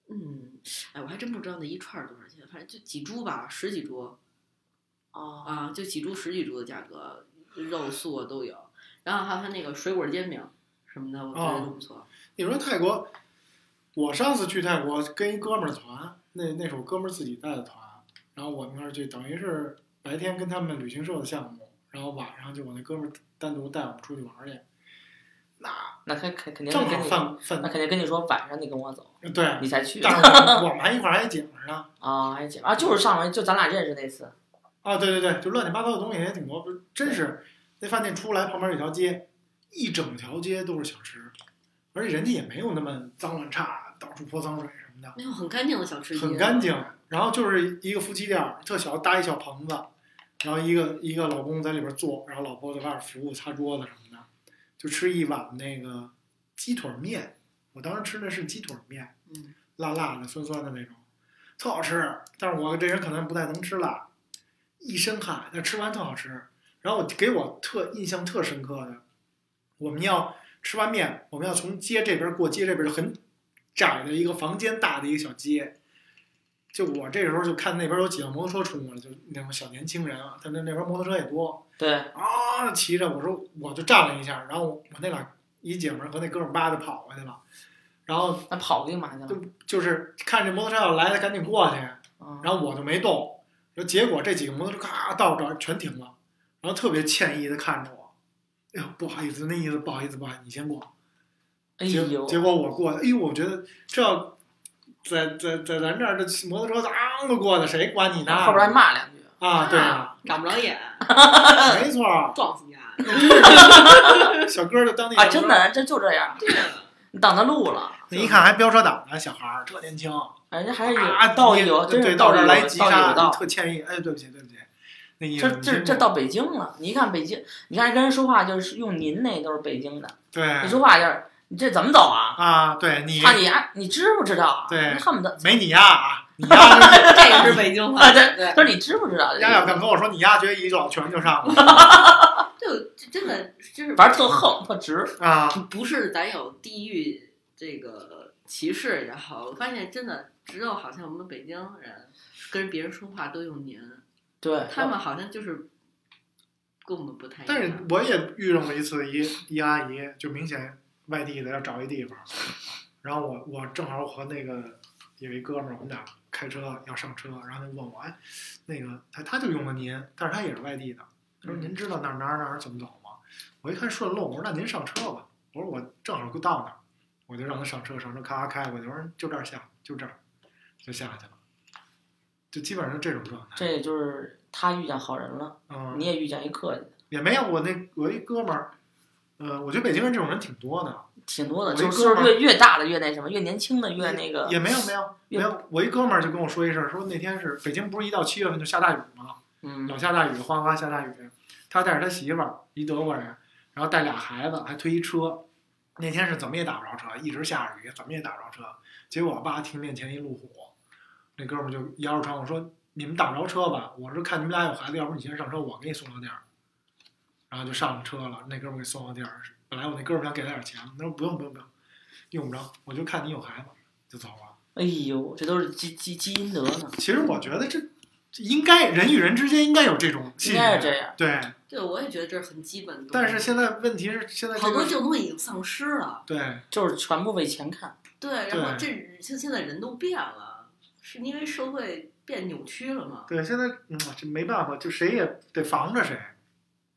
Speaker 3: 嗯，哎，我还真不知道那一串儿多少钱，反正就几株吧，十几株。
Speaker 1: 哦
Speaker 3: 啊，就几株十几株的价格，肉素啊都有。然后还有它那个水果煎饼什么的，我觉
Speaker 2: 哦
Speaker 3: 得都不错。
Speaker 2: 你说泰国，我上次去泰国跟一哥们儿团，那那是我哥们儿自己带的团，然后我们那儿就等于是白天跟他们旅行社的项目，然后晚上就我那哥们儿单独带我们出去玩儿去，那
Speaker 1: 那肯肯肯定是
Speaker 2: 正好嗯
Speaker 1: 跟你，
Speaker 2: 犯
Speaker 1: 那
Speaker 2: 犯
Speaker 1: 肯定跟你说晚上你跟我走，
Speaker 2: 对，
Speaker 1: 你才去
Speaker 2: 但是我们我们还一块儿还解释呢。
Speaker 1: 啊？哎姐啊，就是上回就咱俩认识那次，
Speaker 2: 啊，对对对，就乱七八糟的东西也挺多，不是真是那饭店出来旁边有条街，一整条街都是小吃，而且人家也没有那么脏乱差，到处泼脏水什么的。
Speaker 3: 没有很干净的小吃街，
Speaker 2: 很干净。然后就是一个夫妻店儿，特小，搭一小棚子，然后一个一个老公在里边坐，然后老婆在外边服务、擦桌子什么的，就吃一碗那个鸡腿儿面。我当时吃的是鸡腿儿面，
Speaker 3: 嗯，
Speaker 2: 辣辣的、酸酸的那种，特好吃。但是我这人可能不太能吃辣，一身汗，但吃完特好吃。然后我给我特印象特深刻的，我们要吃完面，我们要从街这边过街这边就很窄的一个房间大的一个小街，就我这时候就看那边有几辆摩托车冲过来，就那种小年轻人啊，他们那边摩托车也多
Speaker 1: 对，
Speaker 2: 啊，骑着，我说我就站了一下，然后我那俩一姐们儿和那哥们儿叭就跑过去了，然后
Speaker 1: 那跑给嘛去了？
Speaker 2: 就就是看这摩托车要来了赶紧过去，
Speaker 1: 啊，
Speaker 2: 然后我就没动，然后结果这几个摩托车咔到这儿全停了，然后特别歉意的看着我，哎呦不好意思，那意思不好意思不好意思，你先过，
Speaker 1: 哎
Speaker 2: 结
Speaker 1: 呦，
Speaker 2: 结果我过，哎呦，我觉得这要在在在咱这儿的摩托车当都过的，谁管你呢？
Speaker 1: 后边还骂两句，
Speaker 2: 啊，对啊，
Speaker 3: 长不着眼，
Speaker 2: 没错儿，
Speaker 3: 撞死你啊！
Speaker 2: 小哥儿就当地
Speaker 1: 啊，真，的，这就这 样，
Speaker 3: 对啊，
Speaker 1: 你挡他路了，
Speaker 2: 你一看还飙车党呢，小孩儿特年轻
Speaker 1: 人家还是
Speaker 2: 啊，
Speaker 1: 有道义有，
Speaker 2: 对
Speaker 1: 真
Speaker 2: 对
Speaker 1: 是
Speaker 2: 到
Speaker 1: 道义
Speaker 2: 这儿
Speaker 1: 有
Speaker 2: 来急
Speaker 1: 道义
Speaker 2: 刹，
Speaker 1: 有道。
Speaker 2: 特歉意，哎，对不起，对不起，那意思
Speaker 1: 这这这到北京了，你一看北京，你看跟人说话就是用您那都是北京的，
Speaker 2: 对
Speaker 1: 你说话就是你这怎么走啊？
Speaker 2: 啊，对你
Speaker 1: 啊，你啊，你知不知道啊？
Speaker 2: 对
Speaker 1: 你恨不得
Speaker 2: 没你呀，你呀，
Speaker 3: 这也是北京话。
Speaker 1: 啊，对，
Speaker 3: 对，
Speaker 1: 他说你知不知道？
Speaker 2: 丫要敢跟我说你呀，觉得一老拳就上了
Speaker 3: 就真的就是
Speaker 1: 玩儿特横特直，
Speaker 2: 啊，
Speaker 3: 不是咱有地域这个歧视也好，我发现真的只有好像我们北京人跟别人说话都用您，
Speaker 1: 对，
Speaker 3: 他们好像就是跟我们不太一样。
Speaker 2: 但是我也遇到过一次一一阿姨，就明显外地的要找一地方，然后我我正好和那个有一哥们儿，我们俩开车要上车，然后他就问我，哎，那个他他就用了您，但是他也是外地的，他说您知道哪儿哪儿哪儿怎么走吗？我一看顺路，我说那您上车吧，我说我正好到那儿，我就让他上车，上车咔咔开过去，我说嗯就这儿下，就这儿，就下去了，就基本上这种状态。
Speaker 1: 这就是他遇见好人了，
Speaker 2: 嗯，
Speaker 1: 你也遇见一客气，
Speaker 2: 也没有，我那我一哥们儿，呃，我觉得北京人这种人挺多的，
Speaker 1: 挺多
Speaker 2: 我
Speaker 1: 的，
Speaker 2: 一
Speaker 1: 就是
Speaker 2: 哥
Speaker 1: 岁
Speaker 2: 们
Speaker 1: 数
Speaker 2: 儿
Speaker 1: 越越大的越那什么，越年轻的越那个
Speaker 2: 也，没有没有没有。我一哥们儿就跟我说一声，说那天是北京不是一到七月份就下大雨吗？
Speaker 1: 嗯，
Speaker 2: 老下大雨，哗哗下大雨。他带着他媳妇儿，一德国人，然后带俩孩子，还推一车。那天是怎么也打不着车，一直下着雨，怎么也打不着车。结果我爸停面前一路虎，那哥们儿就摇着窗户说：“你们打不着车吧？我是看你们俩有孩子，要不你先上车，我给你送到地儿。”然后就上了车了，那哥们儿给送到地儿。本来我那哥们儿想给他点钱，他说不用不用不用，用不着，我就看你有孩子就走了。
Speaker 1: 哎呦，这都是积积积阴德呢，
Speaker 2: 其实我觉得这这应该人与人之间应该有这种信
Speaker 1: 应
Speaker 2: 任，
Speaker 1: 该是这样，
Speaker 2: 对，
Speaker 3: 对，我也觉得这是很基本的东西。
Speaker 2: 但是现在问题是，现在这
Speaker 3: 好多
Speaker 2: 个
Speaker 3: 这种东西已经丧失了。
Speaker 2: 对
Speaker 1: 就是全部为钱看，
Speaker 3: 对，然后
Speaker 2: 对
Speaker 3: 这就现在人都变了，是因为社会变扭曲了嘛？
Speaker 2: 对，现在嗯，这没办法，就谁也得防着谁。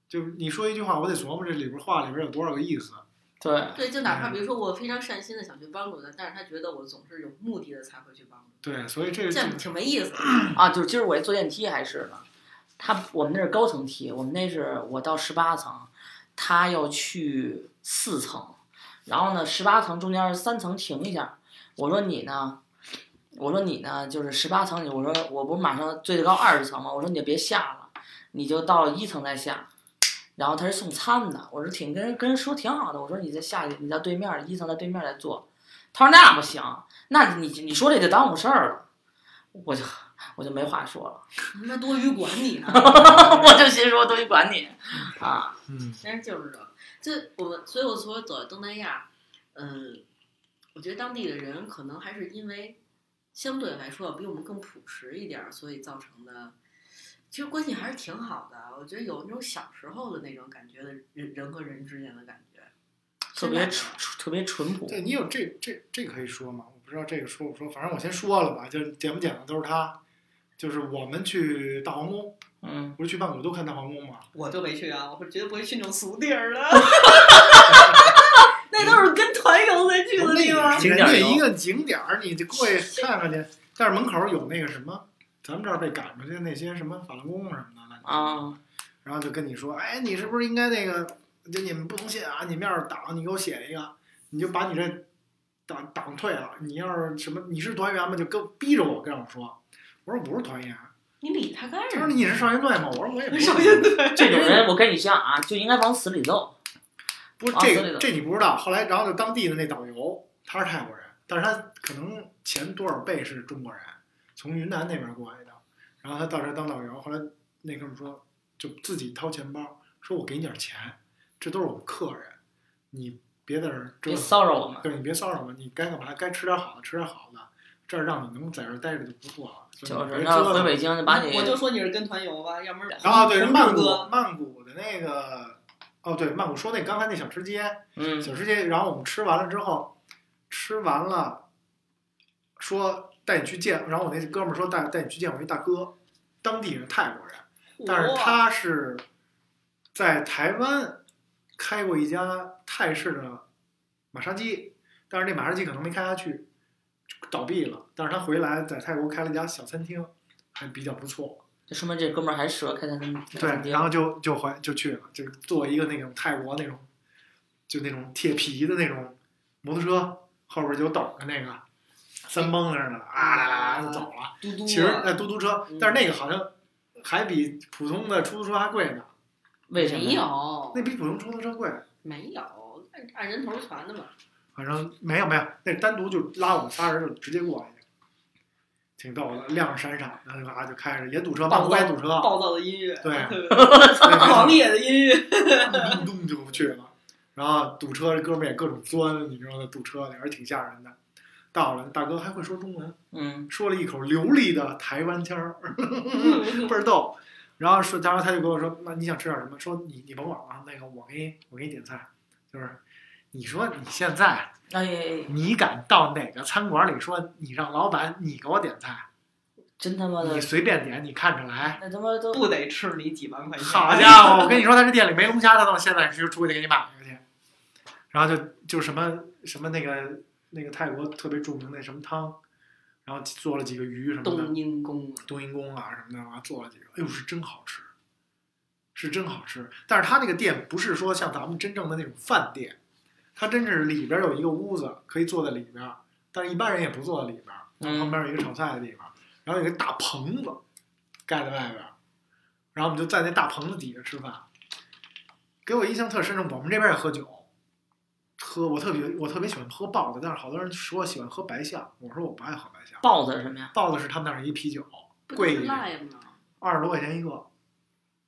Speaker 2: 就你说一句话，我得琢磨这里边话里边有多少个意思。
Speaker 1: 对，
Speaker 3: 对，就哪怕
Speaker 2: 嗯
Speaker 3: 比如说我非常善心的想去帮助他，但是他觉得我总是有目的的才会去帮助
Speaker 2: 对，所以这个
Speaker 3: 他，这
Speaker 2: 这
Speaker 3: 样
Speaker 2: 个
Speaker 3: 挺没意思 的。
Speaker 1: 啊，就是今儿我坐电梯还是呢，他我们那是高层梯，我们那是我到十八层，他要去四层，然后呢十八层中间三层停一下，我说你呢，我说你呢就是十八层，我说我不是马上最高二十层吗？我说你就别下了，你就到一层再下。然后他是送餐的，我说挺跟人跟人说挺好的，我说你再下去，你到对面儿一层到对面儿再坐。他说那不行，那你你说这就耽误事儿了。我就我就没话说了，
Speaker 5: 那多余管你呢？
Speaker 1: 我就心说都去管你啊，
Speaker 2: 嗯，
Speaker 5: 但是就是这，就我们，所以我说走在东南亚，嗯，我觉得当地的人可能还是因为相对来说比我们更朴实一点儿，所以造成的，其实关系还是挺好的。我觉得有那种小时候的那种感觉的人人和人之间的感觉，
Speaker 1: 特别淳特别淳朴。
Speaker 2: 对你有这这这可以说吗？我不知道这个说不说，反正我先说了吧，就是讲不讲的都是他。就是我们去大皇宫，
Speaker 1: 嗯，
Speaker 2: 不是去曼谷都看大皇宫吗？
Speaker 3: 我就没去啊，我是绝对不会去那种俗地 儿的，那都是跟团游才去的地方。
Speaker 2: 人家一个景点儿，你就过去看看去。但是门口有那个什么，咱们这儿被赶出去那些什么法轮功什么的乱七八糟
Speaker 1: 啊，
Speaker 2: 然后就跟你说，哎，你是不是应该那个？就你们不同信啊，你们要是党，你给我写一个，你就把你这党党退了。你要是什么，你是团员吗？就跟逼着我跟我说，我说我不是团员。
Speaker 5: 你理他干
Speaker 2: 他
Speaker 5: 什
Speaker 2: 说
Speaker 5: 么？
Speaker 2: 你是少先队吗？我说我也不是。
Speaker 3: 首先，对，
Speaker 1: 这种人我跟你讲啊，就应该往死里揍。
Speaker 2: 不是
Speaker 1: 啊
Speaker 2: 这
Speaker 1: 所以
Speaker 2: 个
Speaker 1: 呢
Speaker 2: 这你不知道。后来，然后就当地的那导游，他是泰国人，但是他可能前多少辈是中国人，从云南那边过来的。然后他到这儿当导游，后来那哥们儿说，就自己掏钱包，说我给你点钱，这都是我们客人，你别在这儿折
Speaker 1: 别
Speaker 2: 腾
Speaker 1: 骚扰我们
Speaker 2: 对你别骚扰我们，你该干嘛该吃点好的吃点好的，这儿让你能在这儿待着就不错了。所以
Speaker 1: 就
Speaker 2: 你
Speaker 1: 是
Speaker 2: 别
Speaker 1: 要
Speaker 2: 折
Speaker 1: 回
Speaker 2: 腾
Speaker 1: 北京就把你
Speaker 3: 我就说你是跟团游吧，要不然
Speaker 2: 然后啊对
Speaker 3: 红
Speaker 2: 曼
Speaker 3: 志
Speaker 2: 谷
Speaker 3: 哥，
Speaker 2: 曼谷的那个，哦对，曼谷说那刚才那小吃街。
Speaker 1: 嗯
Speaker 2: 小吃街，然后我们吃完了之后，吃完了，说带你去见，然后我那哥们儿说带带你去见我一大哥，当地人泰国人，但是
Speaker 1: 啊
Speaker 2: 他是在台湾开过一家泰式的马杀鸡，但是那马杀鸡可能没开下去，倒闭了，但是他回来在泰国开了一家小餐厅，还比较不错。
Speaker 1: 就说明这哥们儿还适合开餐厅。
Speaker 2: 对，然后就就回就去了，就是坐一个那种泰国那种，就那种铁皮的那种摩托车，后边有斗的那个，三蹦子似的，啊啦啦啦就走了。
Speaker 5: 嘟嘟
Speaker 2: 其实
Speaker 5: 啊
Speaker 2: 哎，嘟嘟车，但是那个好像还比普通的出租车还贵呢，
Speaker 1: 为什么？
Speaker 5: 没有
Speaker 2: 那比普通出租车贵。
Speaker 5: 没有，按按人头传的嘛。
Speaker 2: 反正没有没有，那单独就拉我们仨人就直接过来去，挺逗的，亮闪闪的，然后啊就开着也堵车，曼谷也堵车，
Speaker 3: 暴躁的音乐，啊
Speaker 2: 对啊
Speaker 3: 特别
Speaker 2: 对
Speaker 3: 狂野的音乐，
Speaker 2: 咚咚就去了。然后堵车，这哥们儿也各种钻，你知道吗？堵车里还是挺吓人的。到了，大哥还会说中文，
Speaker 1: 嗯，
Speaker 2: 说了一口流利的台湾腔儿，
Speaker 3: 嗯
Speaker 2: 倍儿逗。然后说，当时他就跟我说：“那你想吃点什么？”说你你甭管啊，那个我给你我给你点菜，就是你说你现在
Speaker 1: 哎哎哎，
Speaker 2: 你敢到哪个餐馆里说你让老板你给我点菜，
Speaker 1: 真他妈的
Speaker 2: 你，随便点，你看着来。
Speaker 1: 那他妈都
Speaker 3: 不得吃你几万块钱。
Speaker 2: 好家伙，我跟你说，他这店里没龙虾，他到现在就出去给你买一个去。然后就就什么什么那个那个泰国特别著名那什么汤，然后做了几个鱼什么的，
Speaker 5: 冬阴功啊，
Speaker 2: 冬阴功啊什么的，然后做了几个，哎呦是真好吃，是真好吃。但是他那个店不是说像咱们真正的那种饭店，他真是里边有一个屋子可以坐在里边，但是一般人也不坐在里边。然后
Speaker 1: 嗯，
Speaker 2: 旁边有一个炒菜的地方，然后有一个大棚子盖在外边儿，然后我们就在那大棚子底下吃饭。给我印象特深的，我们这边也喝酒，喝我特别我特别喜欢喝豹子，但是好多人说喜欢喝白象，我说我不爱喝白象，
Speaker 1: 豹子是什么呀？
Speaker 2: 豹子是他们那儿一啤酒，
Speaker 5: 不
Speaker 2: 贵
Speaker 5: 是
Speaker 2: 一点
Speaker 5: 赖吗？
Speaker 2: 二十多块钱一个，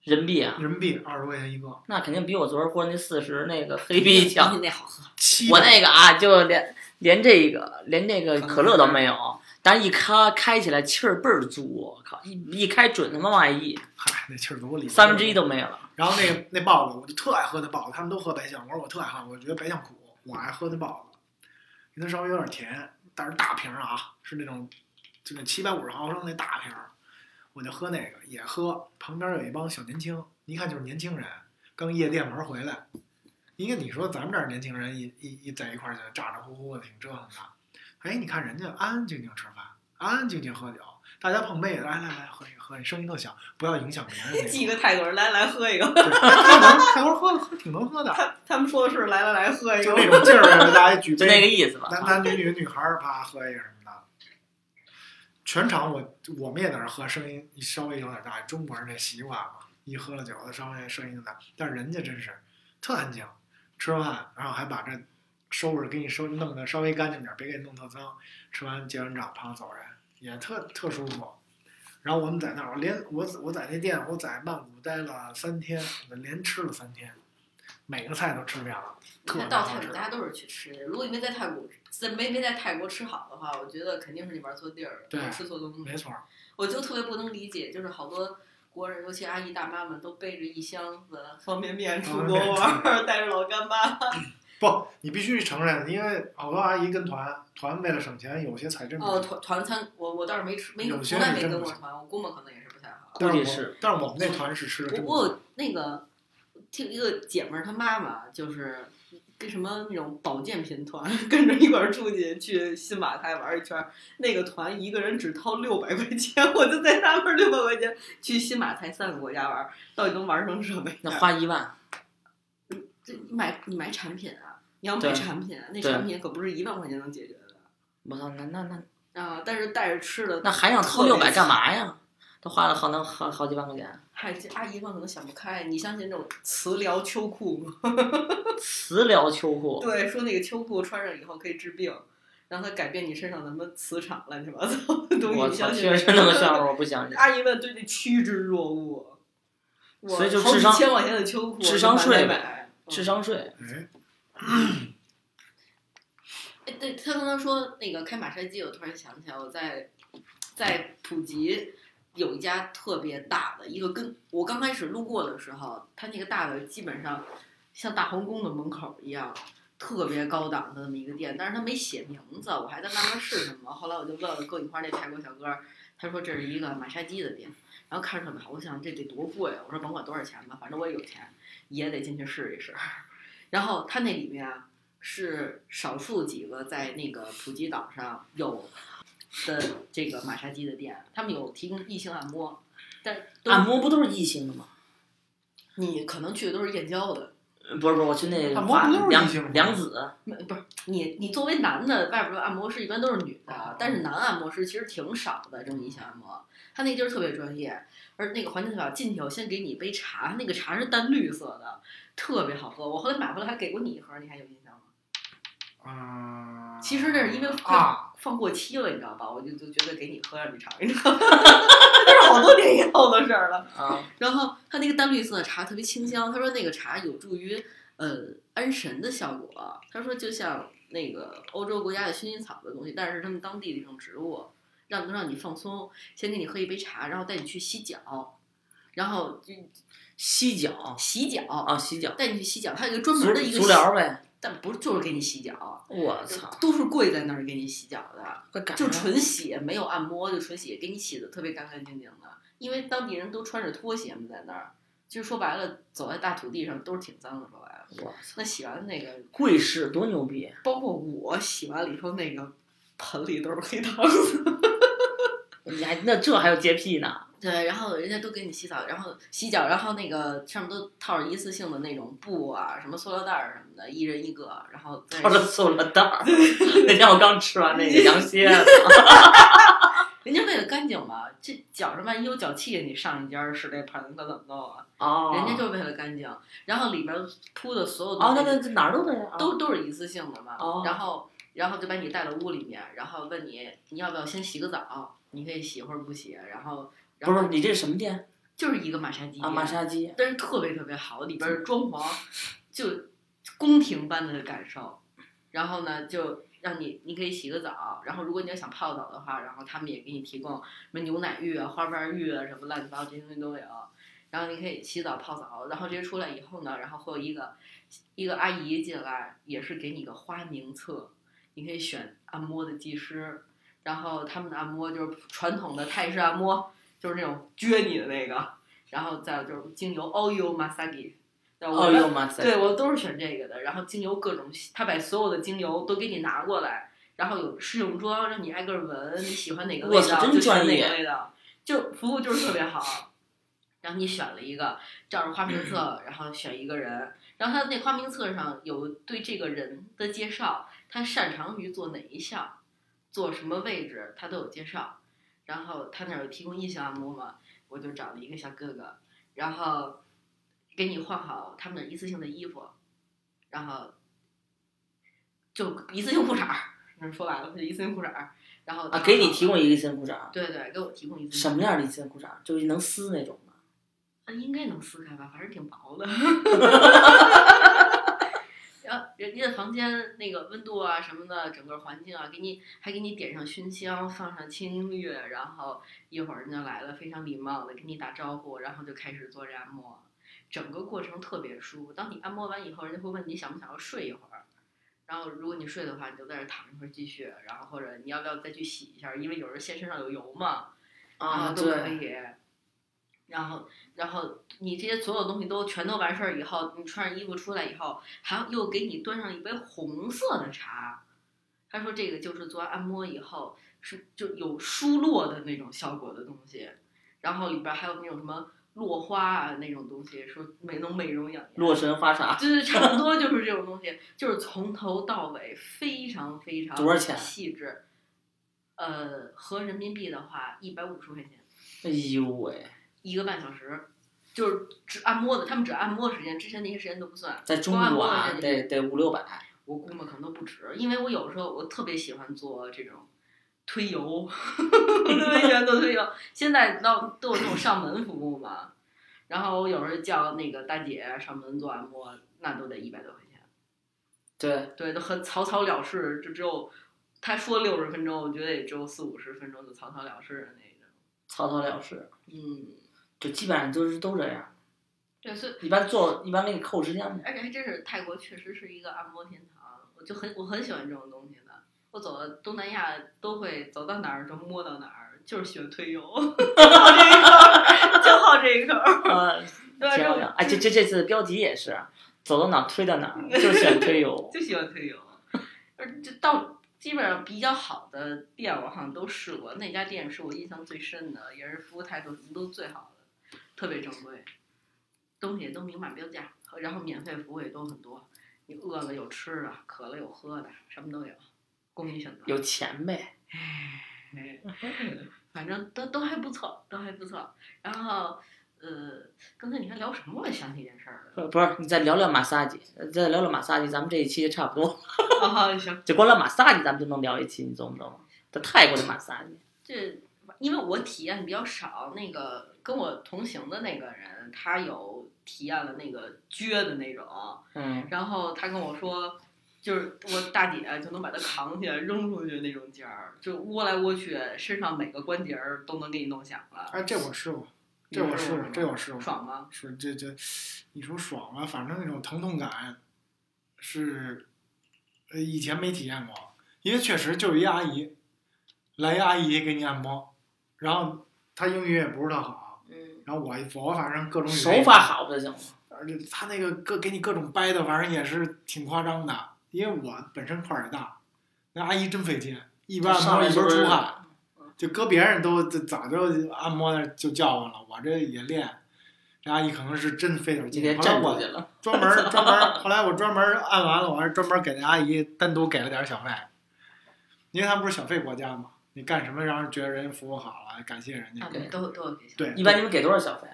Speaker 1: 人币啊，
Speaker 2: 人民币二十多块钱一个，
Speaker 1: 那肯定比我昨儿喝那四十那个 黑啤强。
Speaker 5: 那好喝，
Speaker 2: 七
Speaker 1: 我那个啊，就连连这个连这个可乐都没有，但是一开开起来气儿倍儿足，我靠，一一开准他妈万一
Speaker 2: 嗨那气儿多里边儿
Speaker 1: 三分之一都没有了。
Speaker 2: 然后那那豹子，我就特爱喝那豹子，他们都喝白象，我说我特爱喝，我觉得白象苦，我爱喝那豹子，因为它稍微有点甜，但是大瓶儿啊，是那种就那七百五十毫升那大瓶儿，我就喝那个，也喝。旁边有一帮小年轻，一看就是年轻人，刚夜店玩回来。因为你说咱们这儿年轻人一一一在一块儿就咋咋呼呼的，挺折腾的。哎，你看人家安安静静吃饭，安安静静喝酒，大家碰杯，来来来，喝一个，喝一个，声音特小，不要影响别人 那种。
Speaker 3: 几个泰国人来来喝一个，
Speaker 2: 对泰国泰国喝喝挺能喝的，哎
Speaker 3: 他他们说的是来来来喝一
Speaker 2: 就
Speaker 3: 个，
Speaker 2: 那种劲儿，大家举
Speaker 1: 就那个
Speaker 2: 杯，
Speaker 1: 意思吧，
Speaker 2: 男男女女女孩儿啪喝一个什么的。全场我我们也在那儿喝，声音稍微有点大，中国人这习惯嘛，一喝了酒了稍微声音就大，但是人家真是特安静，吃完饭然后还把这收拾给你收弄得稍微干净点儿，别给你弄特脏，吃完结完账啪走人，也特特舒服。然后我们在那儿，我连我我在那店，我在曼谷待了三天，我连吃了三天，每个菜都吃遍了，特
Speaker 3: 你
Speaker 2: 别
Speaker 3: 看到
Speaker 2: 好
Speaker 3: 泰
Speaker 2: 吃
Speaker 3: 国，大。家都是去吃。如果你没在泰国，在没没在泰国吃好的话，我觉得肯定是你玩错地儿了，
Speaker 2: 对啊
Speaker 3: 吃错东西。
Speaker 2: 没错儿，
Speaker 3: 我就特别不能理解，就是好多国人，尤其阿姨大妈们，都背着一箱子方便面出国玩儿，带着老干妈。
Speaker 2: 不，你必须承认，因为好多阿姨跟团，团为了省钱，有些菜真不
Speaker 3: 哦，
Speaker 2: 行。
Speaker 3: 团团餐，我我倒是没吃，没
Speaker 2: 有些
Speaker 3: 从来
Speaker 2: 是
Speaker 3: 没
Speaker 2: 真
Speaker 3: 跟
Speaker 2: 不
Speaker 3: 过
Speaker 2: 行
Speaker 3: 团，我估摸可能也是不太好。
Speaker 2: 但
Speaker 6: 估计
Speaker 2: 我
Speaker 6: 是，
Speaker 2: 但是我们那团是吃的
Speaker 3: 我
Speaker 2: 真
Speaker 3: 我
Speaker 2: 不错。
Speaker 3: 有那个听一个姐们儿，她妈妈就是跟什么那种保健品团 跟着一块儿住进去新马泰玩一圈儿，那个团一个人只掏六百块钱， 我就在纳闷六百块钱去新马泰三个国家玩儿，到底能玩成什么
Speaker 1: 那
Speaker 3: 样？
Speaker 1: 花一万，
Speaker 3: 这你买你买产品啊，你要买
Speaker 1: 对
Speaker 3: 产品啊，那
Speaker 1: 对
Speaker 3: 产品可不是一万块钱能解决的
Speaker 1: 我操，那那那
Speaker 3: 啊！但是带着吃的，
Speaker 1: 那还想掏六百干嘛呀？都花了好能好好几万块钱，
Speaker 3: 嗨，这阿姨们可能想不开，你相信这种磁疗秋裤吗？
Speaker 1: 磁疗秋裤，
Speaker 3: 对，说那个秋裤穿上以后可以治病，让它改变你身上的什么磁场乱七 八糟的东西。
Speaker 1: 我
Speaker 3: 你
Speaker 1: 操，
Speaker 3: 相信
Speaker 1: 确
Speaker 3: 吗
Speaker 1: 实那 个笑话我不相信。
Speaker 3: 阿姨们对这趋之若鹜。我
Speaker 1: 所以就
Speaker 3: 好
Speaker 1: 智
Speaker 3: 几
Speaker 1: 商
Speaker 3: 千块钱的秋裤，
Speaker 1: 智
Speaker 3: 我就
Speaker 1: 商
Speaker 3: 买
Speaker 1: 税
Speaker 3: 买买
Speaker 1: 智。商税，
Speaker 2: 哎，
Speaker 3: 哎，对他刚刚说那个开马杀鸡，我突然想起来，我在在普吉有一家特别大的一个跟，我刚开始路过的时候，它那个大的基本上像大皇宫的门口一样，特别高档的那么一个店，但是他没写名字，我还在纳闷是什么。后来我就问了各米花那泰国小哥儿，他说这是一个马杀鸡的店，然后看着特别好，我想这得多贵啊！我说甭管多少钱吧，反正我也有钱，也得进去试一 试。然后他那里面啊是少数几个在那个普吉岛上有的这个马杀鸡的店，他们有提供异性按摩，但都
Speaker 1: 按摩不都是异性的吗？
Speaker 3: 你可能去的都是燕郊的。
Speaker 1: 呃不是不是，我去那
Speaker 2: 按摩
Speaker 1: 花
Speaker 2: 不都是
Speaker 1: 梁
Speaker 2: 异性吗
Speaker 1: 梁子，
Speaker 3: 没不是你，你作为男的，外边的按摩师一般都是女的，但是男按摩师其实挺少的。这种音响按摩，他那地儿特别专业，而那个环境特别好。进去我先给你一杯茶，那个茶是淡绿色的，特别好喝。我后来买回来还给过你一盒，你还有印象吗？
Speaker 2: 啊、
Speaker 3: 其实那是因为快
Speaker 2: 啊，
Speaker 3: 放过期了，你知道吧？我就就觉得给你喝，让你尝一尝。 这是好多年以后的事儿了。
Speaker 1: 啊，
Speaker 3: 然后他那个淡绿色的茶特别清香，他说那个茶有助于呃安神的效果。他说就像那个欧洲国家的薰衣草的东西，但是他们当地的一种植物，让能让你放松。先给你喝一杯茶，然后带你去洗脚，然后就
Speaker 1: 洗脚
Speaker 3: 洗脚，
Speaker 1: 啊，洗脚，
Speaker 3: 带你去洗脚。他有一个专
Speaker 1: 足
Speaker 3: 门的一个
Speaker 1: 足疗，呗，
Speaker 3: 但不是就是给你洗脚，
Speaker 1: 我 操，
Speaker 3: 都是跪在那儿给你洗脚的。
Speaker 1: 快赶
Speaker 3: 就
Speaker 1: 上
Speaker 3: 纯洗，没有按摩，就纯洗，给你洗的特别干干净净的。因为当地人都穿着拖鞋嘛，在那儿，就说白了，走在大土地上都是挺脏的。说白了，
Speaker 1: 我操，
Speaker 3: 那洗完那个，
Speaker 1: 贵式多牛逼，啊
Speaker 3: 包括我洗完了以后，那个盆里都是黑糖子。哎
Speaker 1: 你还那这还有洁癖 呢？
Speaker 3: 对，然后人家都给你洗澡，然后洗脚，然后那个上面都套着一次性的那种布啊，什么塑料袋儿什么的，一人一个，然后再
Speaker 1: 套着塑料袋 儿，那天我刚吃完那个羊蝎子，
Speaker 3: 人家为了干净嘛，这脚上万一有脚气，你上一家使这盆可怎么弄啊？
Speaker 1: 哦，
Speaker 3: 人家就为了干净，然后里边铺的所有
Speaker 1: 哦，那
Speaker 3: 东西
Speaker 1: 那哪儿都这样啊，
Speaker 3: 都都是一次性的嘛，
Speaker 1: 哦
Speaker 3: 然后然后就把你带到屋里面，然后问你你要不要先洗个澡，你可以洗或者不洗，然后然
Speaker 1: 不
Speaker 3: 后
Speaker 1: 是你这是什么店
Speaker 3: 就是一个马杀鸡
Speaker 1: 啊？
Speaker 3: 店
Speaker 1: 马杀鸡，
Speaker 3: 但是特别特别好，里边儿装潢就宫廷般的感受。然后呢，就让你你可以洗个澡，然后如果你要想泡澡的话，然后他们也给你提供什么牛奶浴啊、花瓣浴啊什么乱七八糟这些东西都有。然后你可以洗澡泡澡，然后直接出来以后呢，然后会有一个一个阿姨进来，也是给你个花名册，你可以选按摩的技师，然后他们的按摩就是传统的泰式按摩，就是那种撅你的那个，然后再有就是精油 oil massage，对我
Speaker 1: 哦
Speaker 3: 们
Speaker 1: 呦妈塞，
Speaker 3: 对我都是选这个的，然后精油各种，他把所有的精油都给你拿过来，然后有试用装让你挨个儿闻，你喜欢哪个味
Speaker 1: 我操
Speaker 3: 道
Speaker 1: 真
Speaker 3: 就选
Speaker 1: 专
Speaker 3: 哪
Speaker 1: 业
Speaker 3: 个味道，就服务就是特别好。然后你选了一个，照着花名册，然后选一个人，然后他那花名册上有对这个人的介绍，他擅长于做哪一项，做什么位置，他都有介绍。然后他那儿有提供意向按摩嘛，我就找了一个小哥哥，然后给你换好他们的一次性的衣服，然后就一次性裤衩儿， 嗯说完了，他就一森裤衩儿，然后
Speaker 1: 啊，给你提供一个一森裤衩儿，
Speaker 3: 对对，给我提供一森
Speaker 1: 什么样的一森裤衩儿？就是能撕那种的。
Speaker 3: 啊应该能撕开吧，反正挺薄的。 然后人家的房间那个温度啊什么的，整个环境啊，给你还给你点上熏香，放上轻音乐，然后一会儿人就来了，非常礼貌的跟你打招呼，然后就开始做这按摩，整个过程特别舒服。当你按摩完以后，人家会问你想不想要睡一会儿，然后如果你睡的话，你就在这儿躺一会儿继续，然后或者你要不要再去洗一下，因为有人先身上有油嘛，啊，都可
Speaker 1: 对，
Speaker 3: 以。然后，然后你这些所有东西都全都完事儿以后，你穿上衣服出来以后，还又给你端上一杯红色的茶。他说这个就是做完按摩以后是就有疏落的那种效果的东西，然后里边还有那种什么落花啊那种东西，说美能美容养颜。
Speaker 1: 洛神花茶
Speaker 3: 就是差不多就是这种东西，就是从头到尾非常非常
Speaker 1: 多少钱啊
Speaker 3: 细致。呃，合人民币的话，一百五十块钱
Speaker 1: 哎呦喂，
Speaker 3: 一个半小时，就是只按摩的，他们只按摩的时间，之前那些时间都不算。
Speaker 1: 在中
Speaker 3: 光按
Speaker 1: 国
Speaker 3: 摩的
Speaker 1: 啊
Speaker 3: 这，
Speaker 1: 得得五六百。
Speaker 3: 我估摸可能都不止，因为我有时候我特别喜欢做这种推油， 特别喜欢做推油。现在到都有那种上门服务嘛，然后我有时候叫那个大姐上门做按摩，那都得一百多块钱。
Speaker 1: 对，
Speaker 3: 对，就很草草了事，就只有他说六十分钟，我觉得也只有四五十分钟就草草了事的那种。
Speaker 1: 草草了事，
Speaker 3: 嗯，
Speaker 1: 就基本上就是都这样。
Speaker 3: 对，所以
Speaker 1: 一般做一般给你扣时间的。
Speaker 3: 而且还真是泰国确实是一个按摩天堂，我就很我很喜欢这种东西的。我走到东南亚都会走到哪儿就摸到哪儿，就是喜欢推油， 就好这一口，就好这一口。
Speaker 1: 啊，
Speaker 3: 对，
Speaker 1: 挺好
Speaker 3: 就
Speaker 1: 的。哎，这这这次的标题也是，走到哪儿推到哪儿，就选推 油。
Speaker 3: 就喜欢推油。而就到基本上比较好的店，我好像都试过，那家店是我印象最深的，也是服务态度什么都最好的，特别正规，东西也都明码标价，然后免费服务也都很多，你饿了有吃的，渴了有喝的，什么都有，供你选择。
Speaker 1: 有钱呗，
Speaker 3: 反正都都还不错，都还不错。然后，呃，刚才你还聊什么？我想起一件事儿 了。
Speaker 1: 不不是你再聊聊马萨吉，再聊聊马萨吉，咱们这一期就差不多，
Speaker 3: 啊，行，
Speaker 1: 就光聊马萨吉，咱们就能聊一期，你懂不懂？这泰国的马萨吉，
Speaker 3: 这因为我体验比较少，那个跟我同行的那个人，他有体验了那个撅的那种，
Speaker 1: 嗯，
Speaker 3: 然后他跟我说，就是我大姐就能把它扛起来扔出去那种劲儿，就窝来窝去，身上每个关节儿都能给你弄响了，
Speaker 2: 哎，这我试过，这我试过，这我试过，
Speaker 3: 爽吗？
Speaker 2: 是这这，你说爽啊，反正那种疼痛感是，呃，以前没体验过，因为确实就是一阿姨，来一阿姨给你按摩，然后她英语也不是特好，
Speaker 1: 嗯，
Speaker 2: 然后我我反正各种语言
Speaker 1: 手法，好不就行了？
Speaker 2: 而且她那个各给你各种掰的，反正也是挺夸张的，因为我本身块儿也大，那阿姨真费劲，一边按
Speaker 1: 上
Speaker 2: 摩
Speaker 1: 来
Speaker 2: 一边
Speaker 1: 就是
Speaker 2: 出汗。就搁别人都就早就按摩那儿就叫唤了，我这也练，这阿姨可能是真费点
Speaker 1: 你
Speaker 2: 劲。
Speaker 1: 给
Speaker 2: 后来
Speaker 1: 站出
Speaker 2: 我
Speaker 1: 去了，
Speaker 2: 专门儿专门儿，后来我专门儿按完了，我还专门儿给那阿姨单独给了点儿小费，因为她不是小费国家嘛，你干什么让人觉得人家服务好了，感谢人家
Speaker 3: 啊，。对，都都有这些，
Speaker 2: 嗯对，
Speaker 1: 一嗯般你们给多少小费？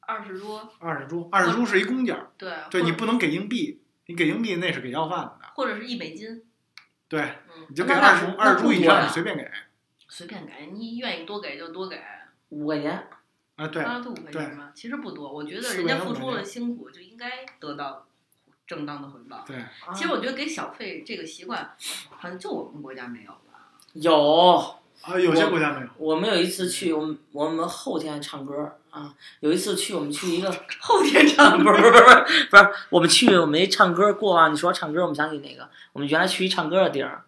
Speaker 3: 二十多，
Speaker 2: 二十铢，二十铢是一公价儿，
Speaker 3: 对，
Speaker 2: 对
Speaker 3: 或
Speaker 2: 你
Speaker 3: 者
Speaker 2: 不能给硬币，你给硬币那是给要饭的，
Speaker 3: 或者是一美金。
Speaker 2: 对，
Speaker 3: 嗯
Speaker 2: 你就给
Speaker 1: 那
Speaker 2: 二十
Speaker 1: 那
Speaker 2: 二十铢以
Speaker 1: 那不多呀
Speaker 2: 上你随便给，
Speaker 3: 随便给，你愿意多给就多给，
Speaker 1: 五块钱，
Speaker 2: 啊对，
Speaker 3: 当然就五块钱嘛，其实不多。我觉得人家付出了辛苦，就应该得到正当的回报。
Speaker 2: 对，
Speaker 1: 啊
Speaker 3: 其实我觉得给小费这个习惯，好像就我们国家没有吧？
Speaker 1: 有。
Speaker 2: 啊有些国家没有，
Speaker 1: 我们有一次去，我们我们后天唱歌啊，有一次去我们去一个，
Speaker 3: 后 天
Speaker 1: 不
Speaker 3: 上
Speaker 1: 啊是不是不是不是，我们去我们一唱歌过啊，你说唱歌，我们想起那个，我们原来去一唱歌的地儿，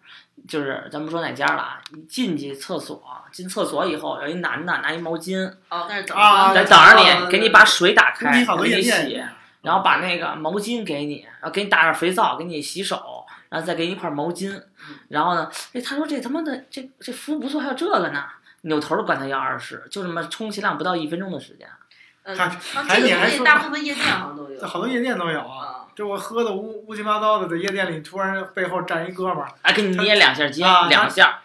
Speaker 1: 就是咱不说哪家了啊，一进去厕所，进厕所以后有一男的拿一毛巾
Speaker 3: 哦，但是怎
Speaker 2: 啊
Speaker 3: 么
Speaker 1: 在
Speaker 3: 着
Speaker 1: 等着你，给你把水打开，
Speaker 2: 你好多
Speaker 1: 给
Speaker 2: 夜
Speaker 1: 你
Speaker 2: 店
Speaker 1: 洗，，然后把那个毛巾给你，然后给你打点肥皂，给你洗手，然后再给你一块毛巾。
Speaker 2: 嗯
Speaker 1: 然后呢，哎，他说这他妈的这这服务不错，还有这个呢。扭头管他要二十，就这么充其量不到一分钟的时间。
Speaker 3: 嗯，
Speaker 2: 看
Speaker 3: 啊
Speaker 2: 还
Speaker 3: 这个
Speaker 2: 你还
Speaker 3: 东西
Speaker 2: 说
Speaker 3: 大部分夜店好像都有
Speaker 2: 好多夜店都有啊。
Speaker 3: 啊。
Speaker 2: 这我喝的乌乌七八糟的，在夜店里突然背后站一哥们儿，
Speaker 1: 哎，给你捏两下筋，
Speaker 2: 啊
Speaker 1: 两下，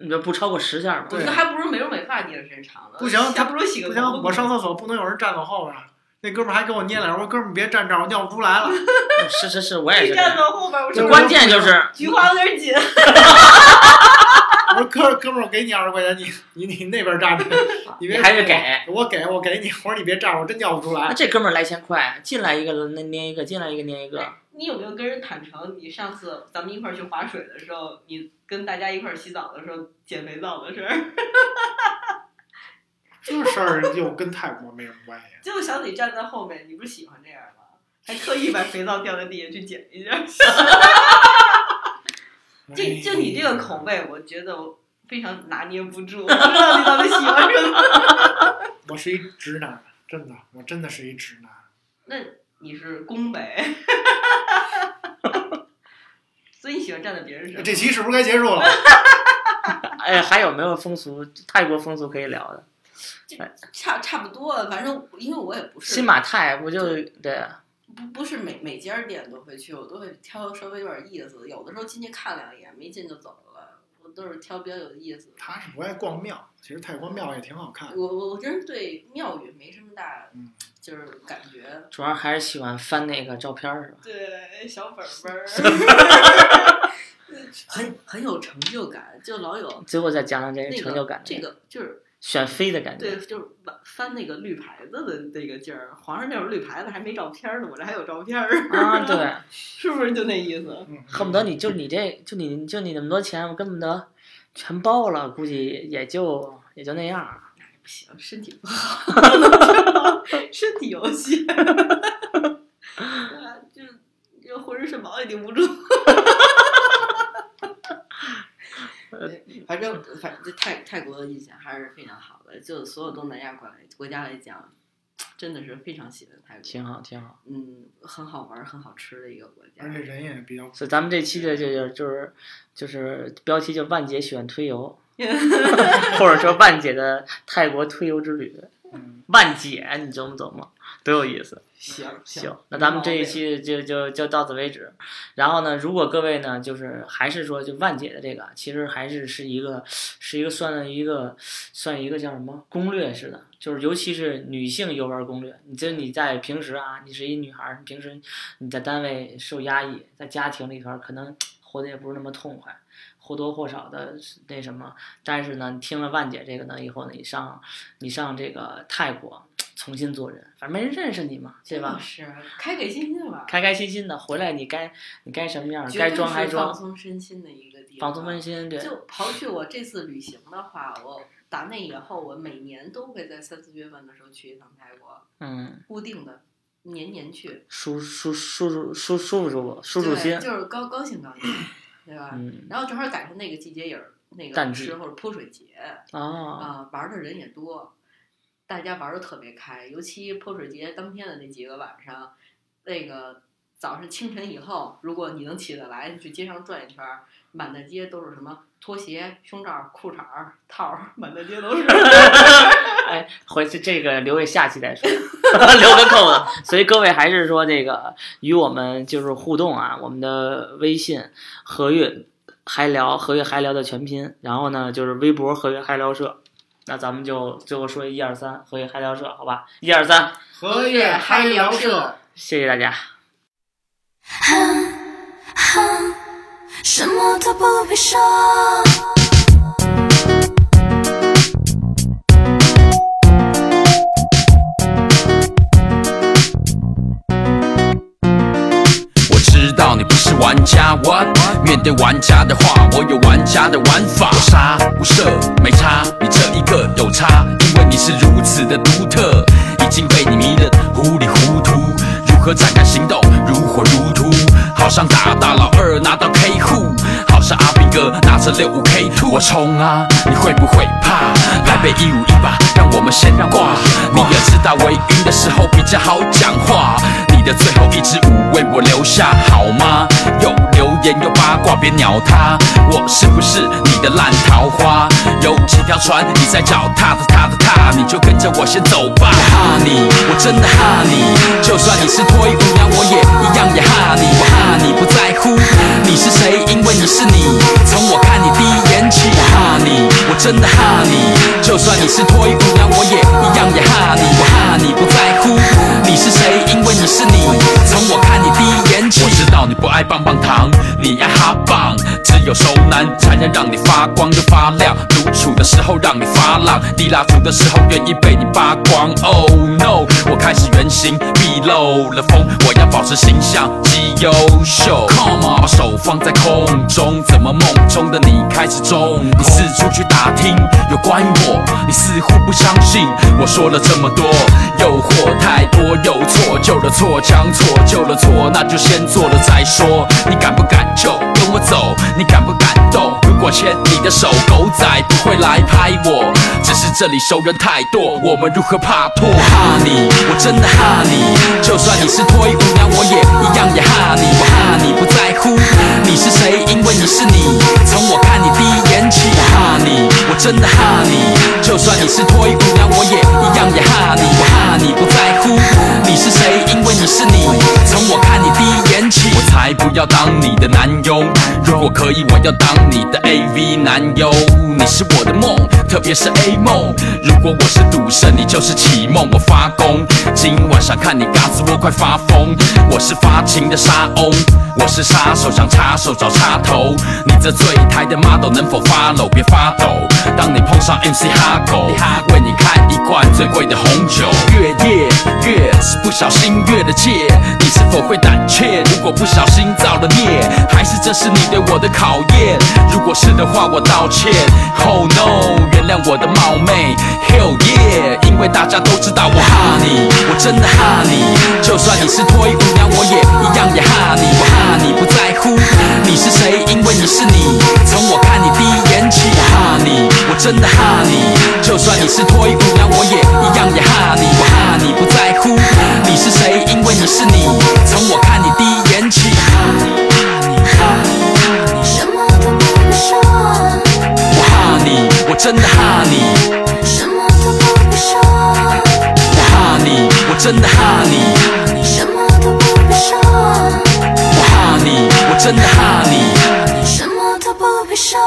Speaker 1: 你就不超过十下吧。嗯
Speaker 3: 我
Speaker 2: 对
Speaker 3: 觉得还不如美容美发捏的时间长呢。
Speaker 2: 不行
Speaker 3: 还不如洗个
Speaker 2: 不
Speaker 3: 头
Speaker 2: 行，我上厕所不能有人站我后边儿，那哥们儿还跟我捏脸，我说哥们儿别站这儿，我尿不出来了。
Speaker 1: 是是是， 我也是这
Speaker 7: 站
Speaker 1: 样。
Speaker 7: 到后边，我
Speaker 1: 这
Speaker 7: 说
Speaker 1: 关键就是
Speaker 7: 菊花有点紧。
Speaker 2: 我说哥哥们儿，我给你二十块钱，你你你那边站着，你
Speaker 1: 你
Speaker 2: 别
Speaker 1: 还是给。
Speaker 2: 我给我给你，我说你别站，我真尿不出
Speaker 1: 那
Speaker 2: 来。
Speaker 1: 这哥们儿来钱快，进来一个那捏一个，进来一个捏一个。
Speaker 7: 你有没有跟人坦诚？你上次咱们一块儿去划水的时候，你跟大家一块儿洗澡的时候捡肥皂的事儿，
Speaker 2: 这事儿又跟泰国没什么关系。
Speaker 7: 结果小李站在后面，你不是喜欢这样吗？还特意把肥皂掉在地下去捡一下。就就你这个口味，我觉得我非常拿捏不住，我 不知道你到底喜欢什么。
Speaker 2: 哎，我是一直男，真的，我真的是一直男。
Speaker 7: 那你是宫北， 所以你喜欢站在别人身上。
Speaker 2: 这期是不是该结束了？
Speaker 1: 哎，还有没有风俗？泰国风俗可以聊的。
Speaker 3: 差差不多了，反正因为我也不是
Speaker 1: 新马泰不就对？啊
Speaker 3: 不不是每每家店都会去，我都会挑稍微有点意思，有的时候进去看两眼没劲就走了，我都是挑比较有意思的。
Speaker 2: 他是不爱逛庙，其实泰国庙也挺好 看的。
Speaker 3: 我我我真是对庙宇没什么大
Speaker 2: 嗯，
Speaker 3: 就是感觉，
Speaker 1: 主要还是喜欢翻那个照片儿是吧？
Speaker 7: 对，小本本儿。
Speaker 3: 很很有成就感，就老有
Speaker 1: 最后再讲讲这
Speaker 3: 那
Speaker 1: 个
Speaker 3: 个
Speaker 1: 成就感，
Speaker 3: 这个就是
Speaker 1: 选妃的感
Speaker 7: 对，
Speaker 1: 觉。
Speaker 7: 就是翻那个绿牌子的那个劲儿，皇上那会儿绿牌子还没照片儿呢，我这还有照片儿，
Speaker 1: 啊，对，
Speaker 7: 是不是就那意思？
Speaker 2: 嗯
Speaker 1: 恨不得你就你这就你就你那么多钱，我恨不得全包了，估计也就也就那样儿。
Speaker 7: 不行，身体不好， 身体有限，啊就就浑身肾宝也顶不住。
Speaker 3: 呃反正反正对泰泰国的印象还是非常好的，就所有东南亚国来国家来讲，真的是非常喜欢泰国，
Speaker 1: 挺好，挺好。
Speaker 3: 嗯，很好玩儿、很好吃的一个国家
Speaker 2: 而。且人也比较
Speaker 1: 所以咱们这期的这个就是就是标题就万姐喜欢推油，或者说万姐的泰国推油之旅。
Speaker 2: 嗯，
Speaker 1: 万姐，你琢磨琢磨，多有意思。
Speaker 7: 行
Speaker 1: 行，那咱们这一期就就就到此为止。然后呢，如果各位呢，就是还是说就万姐的这个，其实还是是一个是一个算一个算一个叫什么攻略似的，就是尤其是女性游玩攻略。你就你在平时啊，你是一女孩儿，你平时你在单位受压抑，在家庭里头儿可能活得也不是那么痛快。或多或少的那什么，但是呢，你听了万姐这个呢以后呢，你上你上这个泰国重新做人，反正没人认识你嘛，对吧？
Speaker 3: 是开给心心吧，
Speaker 1: 开开心心的回来，你该你该什么样，
Speaker 3: 绝
Speaker 1: 嗯该
Speaker 3: 对
Speaker 1: 装
Speaker 3: 是
Speaker 1: 还
Speaker 3: 放
Speaker 1: 装，
Speaker 3: 松身心的一个地方。
Speaker 1: 放松分心，对，
Speaker 3: 就刨去我这次旅行的话，我打那以后，我每年都会在三四月份的时候去一趟泰国，
Speaker 1: 嗯，
Speaker 3: 固定的，年年去，
Speaker 1: 舒舒舒舒舒舒服舒服舒舒
Speaker 3: 对，
Speaker 1: 心，
Speaker 3: 就是高高兴高兴，对吧？
Speaker 1: 嗯
Speaker 3: 然后正好赶上那个季节也是那
Speaker 1: 淡
Speaker 3: 个
Speaker 1: 季
Speaker 3: 时候是泼水节
Speaker 1: 啊，
Speaker 3: 啊、玩的人也多，大家玩的特别开，尤其泼水节当天的那几个晚上，那个早上清晨以后，如果你能起得来，你去街上转一圈儿，满大街都是什么拖鞋、胸罩、裤衩儿、套儿， 满大街都是。
Speaker 1: 哎，回去这个留给下期再说， 留个扣子。 所以各位还是说这个与我们就是互动啊，我们的微信和悦还聊和悦还聊的全拼，然后呢就是微博和悦还聊社。那咱们就最后说一二三和悦还聊社，好吧？一二三，
Speaker 2: 荷叶嗨聊社。
Speaker 1: 谢谢大家。
Speaker 8: 什么都不必说。
Speaker 9: 我知道你不是玩家，what？面对玩家的话，我有玩家的玩法。我杀无赦，没差，你这一个有差，因为你是如此的独特，已经被你迷得糊里糊涂。如何展开行动，如火如荼，好像打大老二拿到 K 户，好像阿兵哥拿着六五 K two。我冲啊，你会不会怕？来杯一五一吧，让我们先挂。你也知道围晕的时候比较好讲话，你的最后一支舞为我留下好吗？又留言又八卦，别鸟他，我是不是你的烂桃花？有几条船你在脚踏踏踏踏踏，你就跟着我先走吧。哈你，我真的哈你，就算你是推舞，那我也一样也哈你。我哈你不在乎你是谁，因为你是你。从我看你第一眼起，我哈你，我真的哈你，就算你是推舞，那我也一样也哈你。我哈你不在乎你是。是你。从我看你第一眼起，我知道你不爱棒棒糖，你爱哈棒。只有熟男才能让你发光又发亮，独处的时候让你发浪，低蜡烛的时候愿意被你扒光。Oh no，我开始原形毕露了风，我要保持形象极优秀。Come on，把手放在空中，怎么梦中的你开始中？你四处去打听有关于我，你似乎不相信我说了这么多，诱惑太多，有错就了错，将错就了错，那就先做了再说。你敢不敢就跟我走？你敢不敢动？如果牵你的手，狗仔不会来拍我，只是这里熟人太多，我们如何怕脱？哈你，我真的哈你，就算你是推五娘，我也一样也哈你，我哈你不在乎你是谁，因为你是你。从我看你第一眼起，我哈你，我真的哈你，就算你是推五娘，我也一样也哈你，我哈你不在乎你是谁，因为你是你。从我看你第一眼起，我才不要当你的男佣，如果可以，我要当你的 AV 男优。你是我的梦，特别是 A 梦。如果我是赌圣，你就是启梦。我发功，今晚上看你嘎子，我快发疯。我是发情的沙翁，我是杀手，想插手找插头。你这醉态的 model 能否 follow？别发抖，当你碰上 MC 哈狗，为你开一罐最贵的红酒。越夜越是不小心越了界，你是否会胆怯？如果不小心造了孽，还是这是你对我的考验？如果是的话，我道歉。Oh no，原谅我的冒昧。Hell yeah，因为大家都知道我哈你，我真的哈你。就算你是推五娘，我也一样也哈你。我哈你不在乎你是谁，因为你是你。从我看你第一眼起，我哈你，我真的哈你。就算你是推五娘，我也一样也哈你。我哈你不在乎你是谁，因为你是你。从我看你第一眼起，
Speaker 8: 什么都不能说，
Speaker 9: 我哈你，我真的哈你。
Speaker 8: 什么都不能说，
Speaker 9: 我哈你，我真的哈你，
Speaker 8: 什么都不能说，
Speaker 9: 我哈你，我真的哈你。
Speaker 8: 什么都不必说。